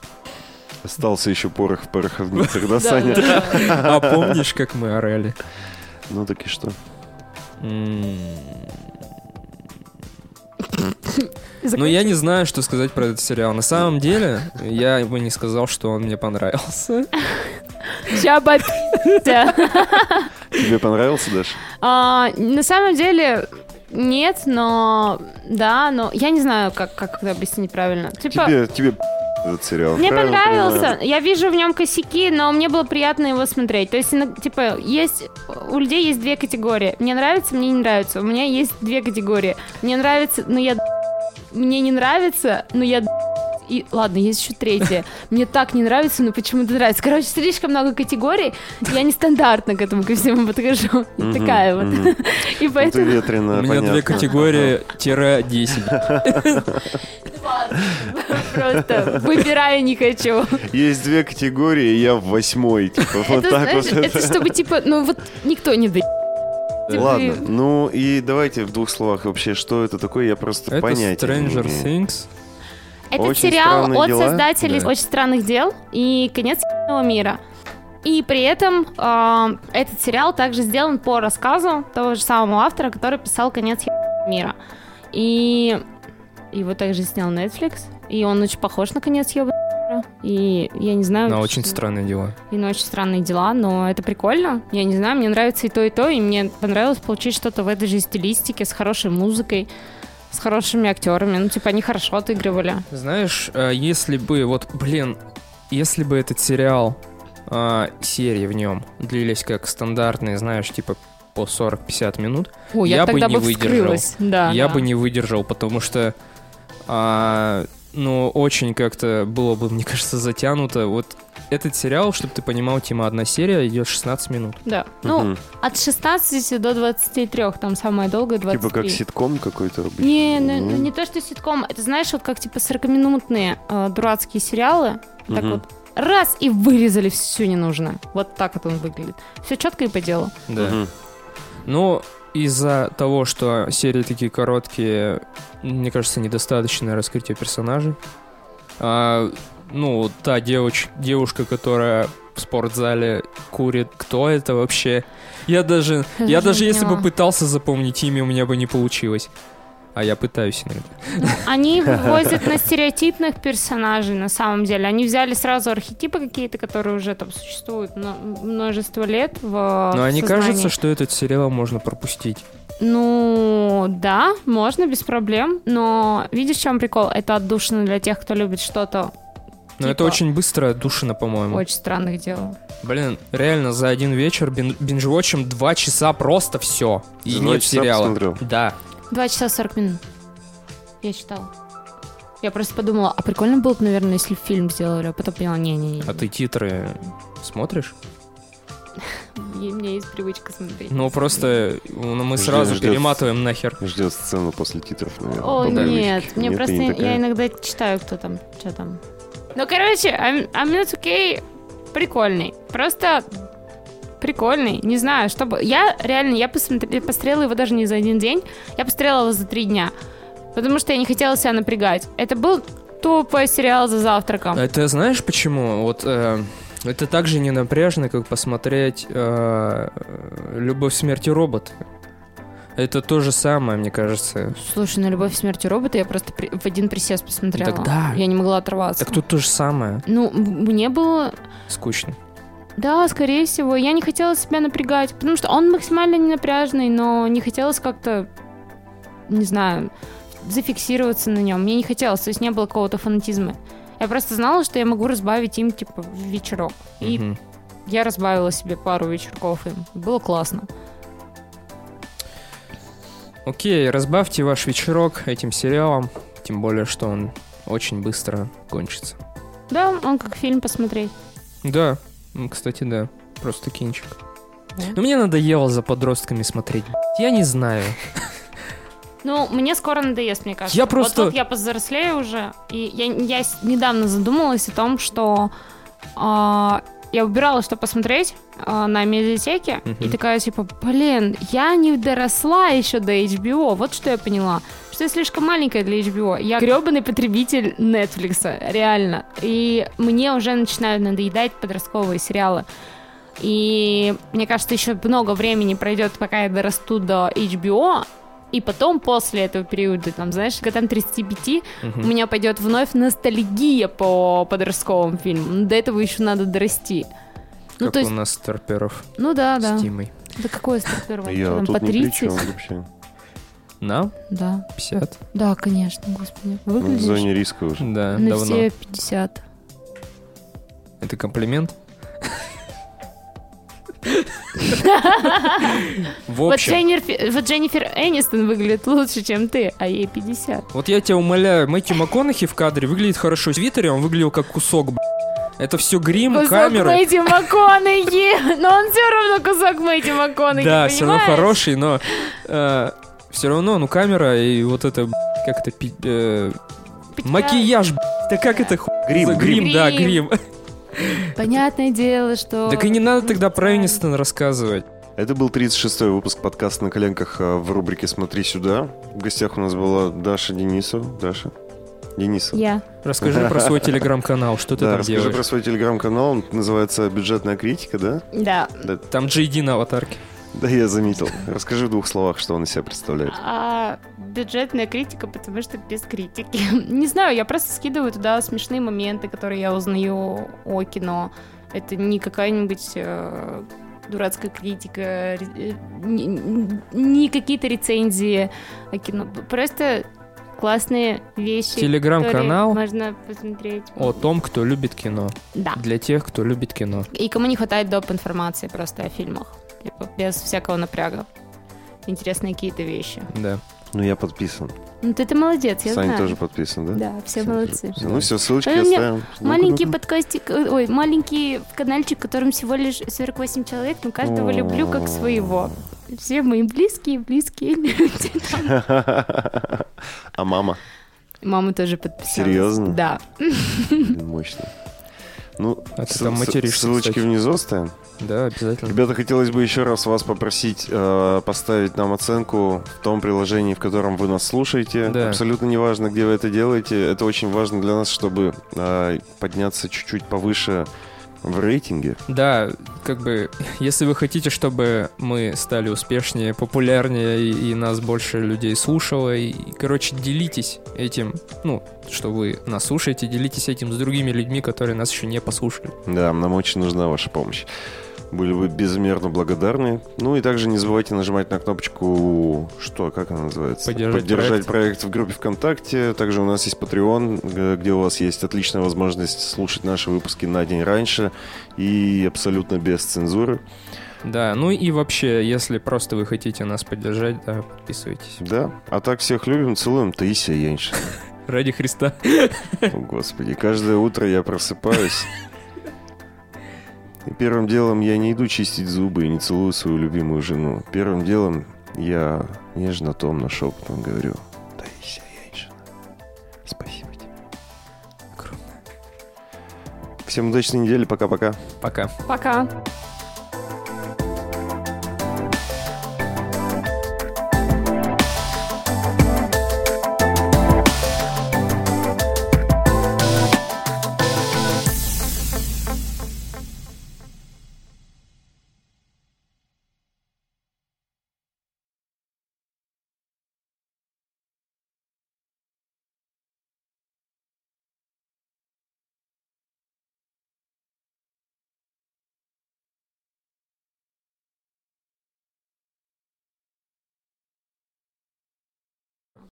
[SPEAKER 3] Остался еще порох в пороховницах, да,
[SPEAKER 2] Да,
[SPEAKER 3] Саня?
[SPEAKER 2] да, да.
[SPEAKER 1] А помнишь, как мы орали?
[SPEAKER 3] Ну таки что?
[SPEAKER 1] М. Ну,
[SPEAKER 2] Закон-
[SPEAKER 1] я не знаю, что сказать про этот сериал. На самом деле, я бы не сказал, что он мне понравился.
[SPEAKER 2] Чаба пи***тя.
[SPEAKER 3] Тебе понравился, Даша?
[SPEAKER 2] А, На самом деле, нет, но... Да, но я не знаю, как, как это объяснить правильно. Типа,
[SPEAKER 3] Тебе, тебе этот сериал.
[SPEAKER 2] Мне
[SPEAKER 3] правильно
[SPEAKER 2] понравился.
[SPEAKER 3] понимаю?
[SPEAKER 2] Я вижу в нем косяки, но мне было приятно его смотреть. То есть, ну, типа, есть у людей есть две категории. Мне нравится, мне не нравится. У меня есть две категории. Мне нравится, но я д***. мне не нравится, но я д***. и ладно, есть еще третья. Мне так не нравится, но почему-то нравится. Короче, слишком много категорий. Я нестандартно к этому ко всему подхожу. Я
[SPEAKER 3] Мгм,
[SPEAKER 2] такая вот.
[SPEAKER 3] мгм.
[SPEAKER 2] И
[SPEAKER 3] Ну, ты
[SPEAKER 2] поэтому
[SPEAKER 3] ветреная,
[SPEAKER 1] У меня две
[SPEAKER 3] понятно.
[SPEAKER 1] категории тире 10.
[SPEAKER 2] просто выбираю не хочу.
[SPEAKER 3] Ага. Есть две категории, и я в восьмой. Типа, вот
[SPEAKER 2] Это,
[SPEAKER 3] так
[SPEAKER 2] знаешь,
[SPEAKER 3] вот.
[SPEAKER 2] это чтобы типа, ну вот никто не дает.
[SPEAKER 3] Ладно, ну и давайте в двух словах вообще, что это такое, я просто
[SPEAKER 1] Это
[SPEAKER 3] понятия не
[SPEAKER 1] Stranger
[SPEAKER 3] имею.
[SPEAKER 1] Things.
[SPEAKER 2] Этот
[SPEAKER 3] Очень
[SPEAKER 2] сериал
[SPEAKER 3] странные
[SPEAKER 2] от
[SPEAKER 3] дела.
[SPEAKER 2] создателей
[SPEAKER 1] Да.
[SPEAKER 2] «Очень странных дел» и «Конец ебаного мира». И при этом а, этот сериал также сделан по рассказу того же самого автора, который писал «Конец ебаного мира». И его также снял Netflix, и он очень похож на «Конец ебаного мира». И я не знаю...
[SPEAKER 1] На
[SPEAKER 2] что-
[SPEAKER 1] очень странные дела.
[SPEAKER 2] И на «Очень странные дела», но это прикольно. Я не знаю, мне нравится и то, и то, и мне понравилось получить что-то в этой же стилистике с хорошей музыкой, с хорошими актерами. Ну, типа, они хорошо отыгрывали.
[SPEAKER 1] Знаешь, э, если бы, вот, блин, если бы этот сериал, э, серии в нем длились как стандартные, знаешь, типа по 40-50 минут,
[SPEAKER 2] О, я,
[SPEAKER 1] Я бы
[SPEAKER 2] тогда
[SPEAKER 1] не
[SPEAKER 2] бы,
[SPEAKER 1] выдержал.
[SPEAKER 2] вскрылась. Да,
[SPEAKER 1] я
[SPEAKER 2] да.
[SPEAKER 1] бы не выдержал, потому что, а, ну, очень как-то было бы, мне кажется, затянуто. Вот этот сериал, чтобы ты понимал, Тима, одна серия идет 16 минут.
[SPEAKER 2] Да. Ну,
[SPEAKER 3] Мгм.
[SPEAKER 2] от 16 до 23, там самое долгое 23.
[SPEAKER 3] Типа как ситком какой-то обычный.
[SPEAKER 2] Не, ну,
[SPEAKER 3] Ну,
[SPEAKER 2] ну, не то, что ситком. Это, знаешь, вот как, типа, 40-минутные э, дурацкие сериалы. Так
[SPEAKER 3] Мгм.
[SPEAKER 2] вот, раз, и вырезали все ненужное. Вот так вот он выглядит. Все четко и по делу.
[SPEAKER 1] Да.
[SPEAKER 3] Мгм.
[SPEAKER 1] Ну, из-за того, что серии такие короткие, мне кажется, недостаточное раскрытие персонажей. А, ну, та девоч- девушка, которая в спортзале курит, кто это вообще? Я даже,
[SPEAKER 2] Я
[SPEAKER 1] я
[SPEAKER 2] даже
[SPEAKER 1] даже
[SPEAKER 2] не
[SPEAKER 1] если бы
[SPEAKER 2] поняла.
[SPEAKER 1] пытался запомнить имя, у меня бы не получилось. А я пытаюсь иногда.
[SPEAKER 2] Они вывозят на стереотипных персонажей, на самом деле. Они взяли сразу архетипы какие-то, которые уже там существуют мно- множество лет в
[SPEAKER 1] Но а не кажется,
[SPEAKER 2] сознании.
[SPEAKER 1] что этот сериал можно пропустить?
[SPEAKER 2] Ну, да, можно, без проблем. Но видишь, в чем прикол? Это отдушина для тех, кто любит что-то
[SPEAKER 1] Но это
[SPEAKER 2] Типа-
[SPEAKER 1] очень быстро душено, по-моему.
[SPEAKER 2] очень странных дел.
[SPEAKER 1] Блин, реально, за один вечер бин- бинжвотчем два часа просто все. И
[SPEAKER 3] За два
[SPEAKER 1] нет
[SPEAKER 3] часа
[SPEAKER 1] сериала.
[SPEAKER 3] посмотрел?
[SPEAKER 1] Да.
[SPEAKER 2] Два часа 40 минут. Я считала. Я просто подумала, а прикольно было бы, наверное, если фильм сделали, а потом поняла, не-не-не.
[SPEAKER 1] А ты титры смотришь?
[SPEAKER 2] У меня есть привычка смотреть.
[SPEAKER 1] Ну, просто ну, мы
[SPEAKER 3] Ждёт,
[SPEAKER 1] сразу
[SPEAKER 3] ждёт.
[SPEAKER 1] перематываем нахер.
[SPEAKER 3] Ждет сцену после титров, наверное.
[SPEAKER 2] О,
[SPEAKER 1] Ну, да.
[SPEAKER 2] нет, мне
[SPEAKER 3] Нет,
[SPEAKER 2] просто
[SPEAKER 3] ты не
[SPEAKER 2] я
[SPEAKER 3] такая.
[SPEAKER 2] иногда читаю, кто там, что там. Ну, короче, I'm, I'm not okay прикольный. Просто прикольный. Не знаю, чтобы... Я реально, я посмотри- посмотрела его даже не за один день, я посмотрела его за три дня. Потому что я не хотела себя напрягать. Это был тупой сериал за завтраком.
[SPEAKER 1] Это А знаешь почему? Вот э, это так же не напряжно, как посмотреть э, «Любовь, смерть и робот». Это то же самое, мне кажется.
[SPEAKER 2] Слушай, на «Любовь и смерть робота» я просто при- в один присест посмотрела.
[SPEAKER 1] Так да.
[SPEAKER 2] Я не могла оторваться.
[SPEAKER 1] Так тут то же самое.
[SPEAKER 2] Ну, м- мне было
[SPEAKER 1] Скучно.
[SPEAKER 2] Да, скорее всего. Я не хотела себя напрягать, потому что он максимально не напряжный, но не хотелось как-то не знаю, зафиксироваться на нем. Мне не хотелось, то есть не было какого-то фанатизма. Я просто знала, что я могу разбавить им, типа, вечерок. И
[SPEAKER 1] Мгм.
[SPEAKER 2] я разбавила себе пару вечерков им. Было классно.
[SPEAKER 1] Окей, разбавьте ваш вечерок этим сериалом, тем более, что он очень быстро кончится.
[SPEAKER 2] Да, он как фильм посмотреть.
[SPEAKER 1] Да, м, кстати, да, просто кинчик.
[SPEAKER 2] Да.
[SPEAKER 1] Но мне надоело за подростками смотреть. Я не знаю.
[SPEAKER 2] Ну, мне скоро надоест, мне кажется.
[SPEAKER 1] Я просто-
[SPEAKER 2] Вот тут я повзрослею уже, и я, я с- недавно задумалась о том, что а, я убирала, что посмотреть а, на медиатеке,
[SPEAKER 1] Мгм.
[SPEAKER 2] и такая, типа, блин, я не доросла еще до HBO, вот что я поняла. Что я слишком маленькая для HBO. Я гребаный потребитель Netflix, реально. И мне уже начинают надоедать подростковые сериалы. И мне кажется, еще много времени пройдет, пока я дорасту до HBO, и потом, после этого периода, там, знаешь, годам 35, у
[SPEAKER 1] Мгм.
[SPEAKER 2] меня пойдет вновь ностальгия по подростковым фильмам. Но до этого еще надо дорасти. Ну,
[SPEAKER 1] Как
[SPEAKER 2] то есть,
[SPEAKER 1] у нас старперов
[SPEAKER 2] ну да, да.
[SPEAKER 1] с Тимой.
[SPEAKER 2] Да какое старперво?
[SPEAKER 3] Я
[SPEAKER 2] Там,
[SPEAKER 3] тут
[SPEAKER 2] по
[SPEAKER 3] ни при
[SPEAKER 2] 30?
[SPEAKER 3] чем вообще.
[SPEAKER 1] Нам?
[SPEAKER 2] Да.
[SPEAKER 1] 50?
[SPEAKER 2] Да, конечно, господи.
[SPEAKER 3] Ну, в
[SPEAKER 2] Выглядишь
[SPEAKER 3] зоне риска уже.
[SPEAKER 1] Да,
[SPEAKER 2] на
[SPEAKER 1] давно.
[SPEAKER 2] все 50.
[SPEAKER 1] Это комплимент? В
[SPEAKER 2] Вот
[SPEAKER 1] общем,
[SPEAKER 2] Дженнифер, вот Дженнифер Энистон выглядит лучше, чем ты, а ей 50.
[SPEAKER 1] вот я тебя умоляю, Мэтью МакКонахи в кадре выглядит хорошо. В Твиттере он выглядел как кусок, б***ь. Это все грим,
[SPEAKER 2] Кусок
[SPEAKER 1] камеры.
[SPEAKER 2] Мэтью МакКонахи. Но он все равно кусок Мэтью МакКонахи,
[SPEAKER 1] Да, все равно
[SPEAKER 2] понимаешь?
[SPEAKER 1] хороший, но все равно, ну, камера и вот это, б***ь, как это, пи- э, макияж, б***ь. да как это хуй?
[SPEAKER 3] Грим,
[SPEAKER 1] за
[SPEAKER 3] грим.
[SPEAKER 1] грим, да,
[SPEAKER 2] Грим.
[SPEAKER 1] грим.
[SPEAKER 2] Понятное дело, что...
[SPEAKER 1] Так и не надо тогда про
[SPEAKER 2] Специально.
[SPEAKER 1] Энистон рассказывать.
[SPEAKER 3] Это был 36-й выпуск подкаста «На коленках» а, в рубрике «Смотри сюда». В гостях у нас была Даша Денисова. Даша? Денисова.
[SPEAKER 2] Я.
[SPEAKER 1] Расскажи про свой телеграм-канал, что ты
[SPEAKER 3] да,
[SPEAKER 1] там
[SPEAKER 3] расскажи про
[SPEAKER 1] делаешь.
[SPEAKER 3] свой телеграм-канал, он называется «Бюджетная критика», да?
[SPEAKER 2] Да.
[SPEAKER 1] Там JD на аватарке.
[SPEAKER 3] Да, я заметил. Расскажи в двух словах, что он из себя представляет.
[SPEAKER 2] А, бюджетная критика, потому что без критики. Не знаю, я просто скидываю туда смешные моменты, которые я узнаю о кино. Это не какая-нибудь э, дурацкая критика, ре- э, не, не- не какие-то рецензии о кино. Просто классные вещи.
[SPEAKER 1] Телеграм-канал
[SPEAKER 2] которые Можно посмотреть.
[SPEAKER 1] о том, кто любит кино.
[SPEAKER 2] Да.
[SPEAKER 1] Для тех, кто любит кино.
[SPEAKER 2] И кому не хватает доп. информации просто о фильмах. Типа, без всякого напряга. Интересные какие-то вещи.
[SPEAKER 1] Да.
[SPEAKER 3] Ну, я подписан.
[SPEAKER 2] Ну ты-то молодец, я
[SPEAKER 3] Сань
[SPEAKER 2] знаю.
[SPEAKER 3] тоже подписан, да? Ну,
[SPEAKER 2] Да, все
[SPEAKER 3] Всем
[SPEAKER 2] молодцы.
[SPEAKER 3] тоже. Ну все, ссылочки
[SPEAKER 2] А у меня
[SPEAKER 3] оставим. Ну-ка,
[SPEAKER 2] Маленький
[SPEAKER 3] ну-ка.
[SPEAKER 2] подкастик, э, ой, маленький канальчик, в котором всего лишь 48 человек, но каждого
[SPEAKER 3] О.
[SPEAKER 2] люблю как своего. Все мои близкие, близкие люди.
[SPEAKER 3] А мама?
[SPEAKER 2] Мама тоже подписалась.
[SPEAKER 3] Серьезно?
[SPEAKER 2] Да.
[SPEAKER 3] Блин, мощно. Ну,
[SPEAKER 1] А ты
[SPEAKER 3] с-
[SPEAKER 1] там
[SPEAKER 3] с-
[SPEAKER 1] материшься,
[SPEAKER 3] ссылочки
[SPEAKER 1] кстати.
[SPEAKER 3] внизу оставим.
[SPEAKER 1] Да, обязательно.
[SPEAKER 3] Ребята, хотелось бы еще раз вас попросить э, поставить нам оценку в том приложении, в котором вы нас слушаете.
[SPEAKER 1] Да.
[SPEAKER 3] Абсолютно неважно, где вы это делаете. Это очень важно для нас, чтобы э, подняться чуть-чуть повыше в рейтинге.
[SPEAKER 1] Да, как бы, если вы хотите, чтобы мы стали успешнее, популярнее, и, и нас больше людей слушало, и, и, короче, делитесь этим, ну, что вы нас слушаете, делитесь этим с другими людьми, которые нас еще не послушали.
[SPEAKER 3] Да, нам очень нужна ваша помощь. Были бы безмерно благодарны. Ну и также не забывайте нажимать на кнопочку «Что?», как она называется?
[SPEAKER 1] Поддержать
[SPEAKER 3] проект. в группе ВКонтакте. Также у нас есть Patreon, э, где у вас есть отличная возможность слушать наши выпуски на день раньше и абсолютно без цензуры.
[SPEAKER 1] Да, ну и вообще, если просто вы хотите нас поддержать, да, подписывайтесь.
[SPEAKER 3] Да. А так всех любим, целуем. Таисия Яньшин.
[SPEAKER 1] Ради Христа.
[SPEAKER 3] О, Господи, каждое утро я просыпаюсь. И первым делом я не иду чистить зубы и не целую свою любимую жену. Первым делом я нежно, томно, шепотом говорю. Таисия Яньшина, спасибо тебе. Огромное. Всем удачной недели, пока-пока.
[SPEAKER 1] Пока.
[SPEAKER 2] Пока.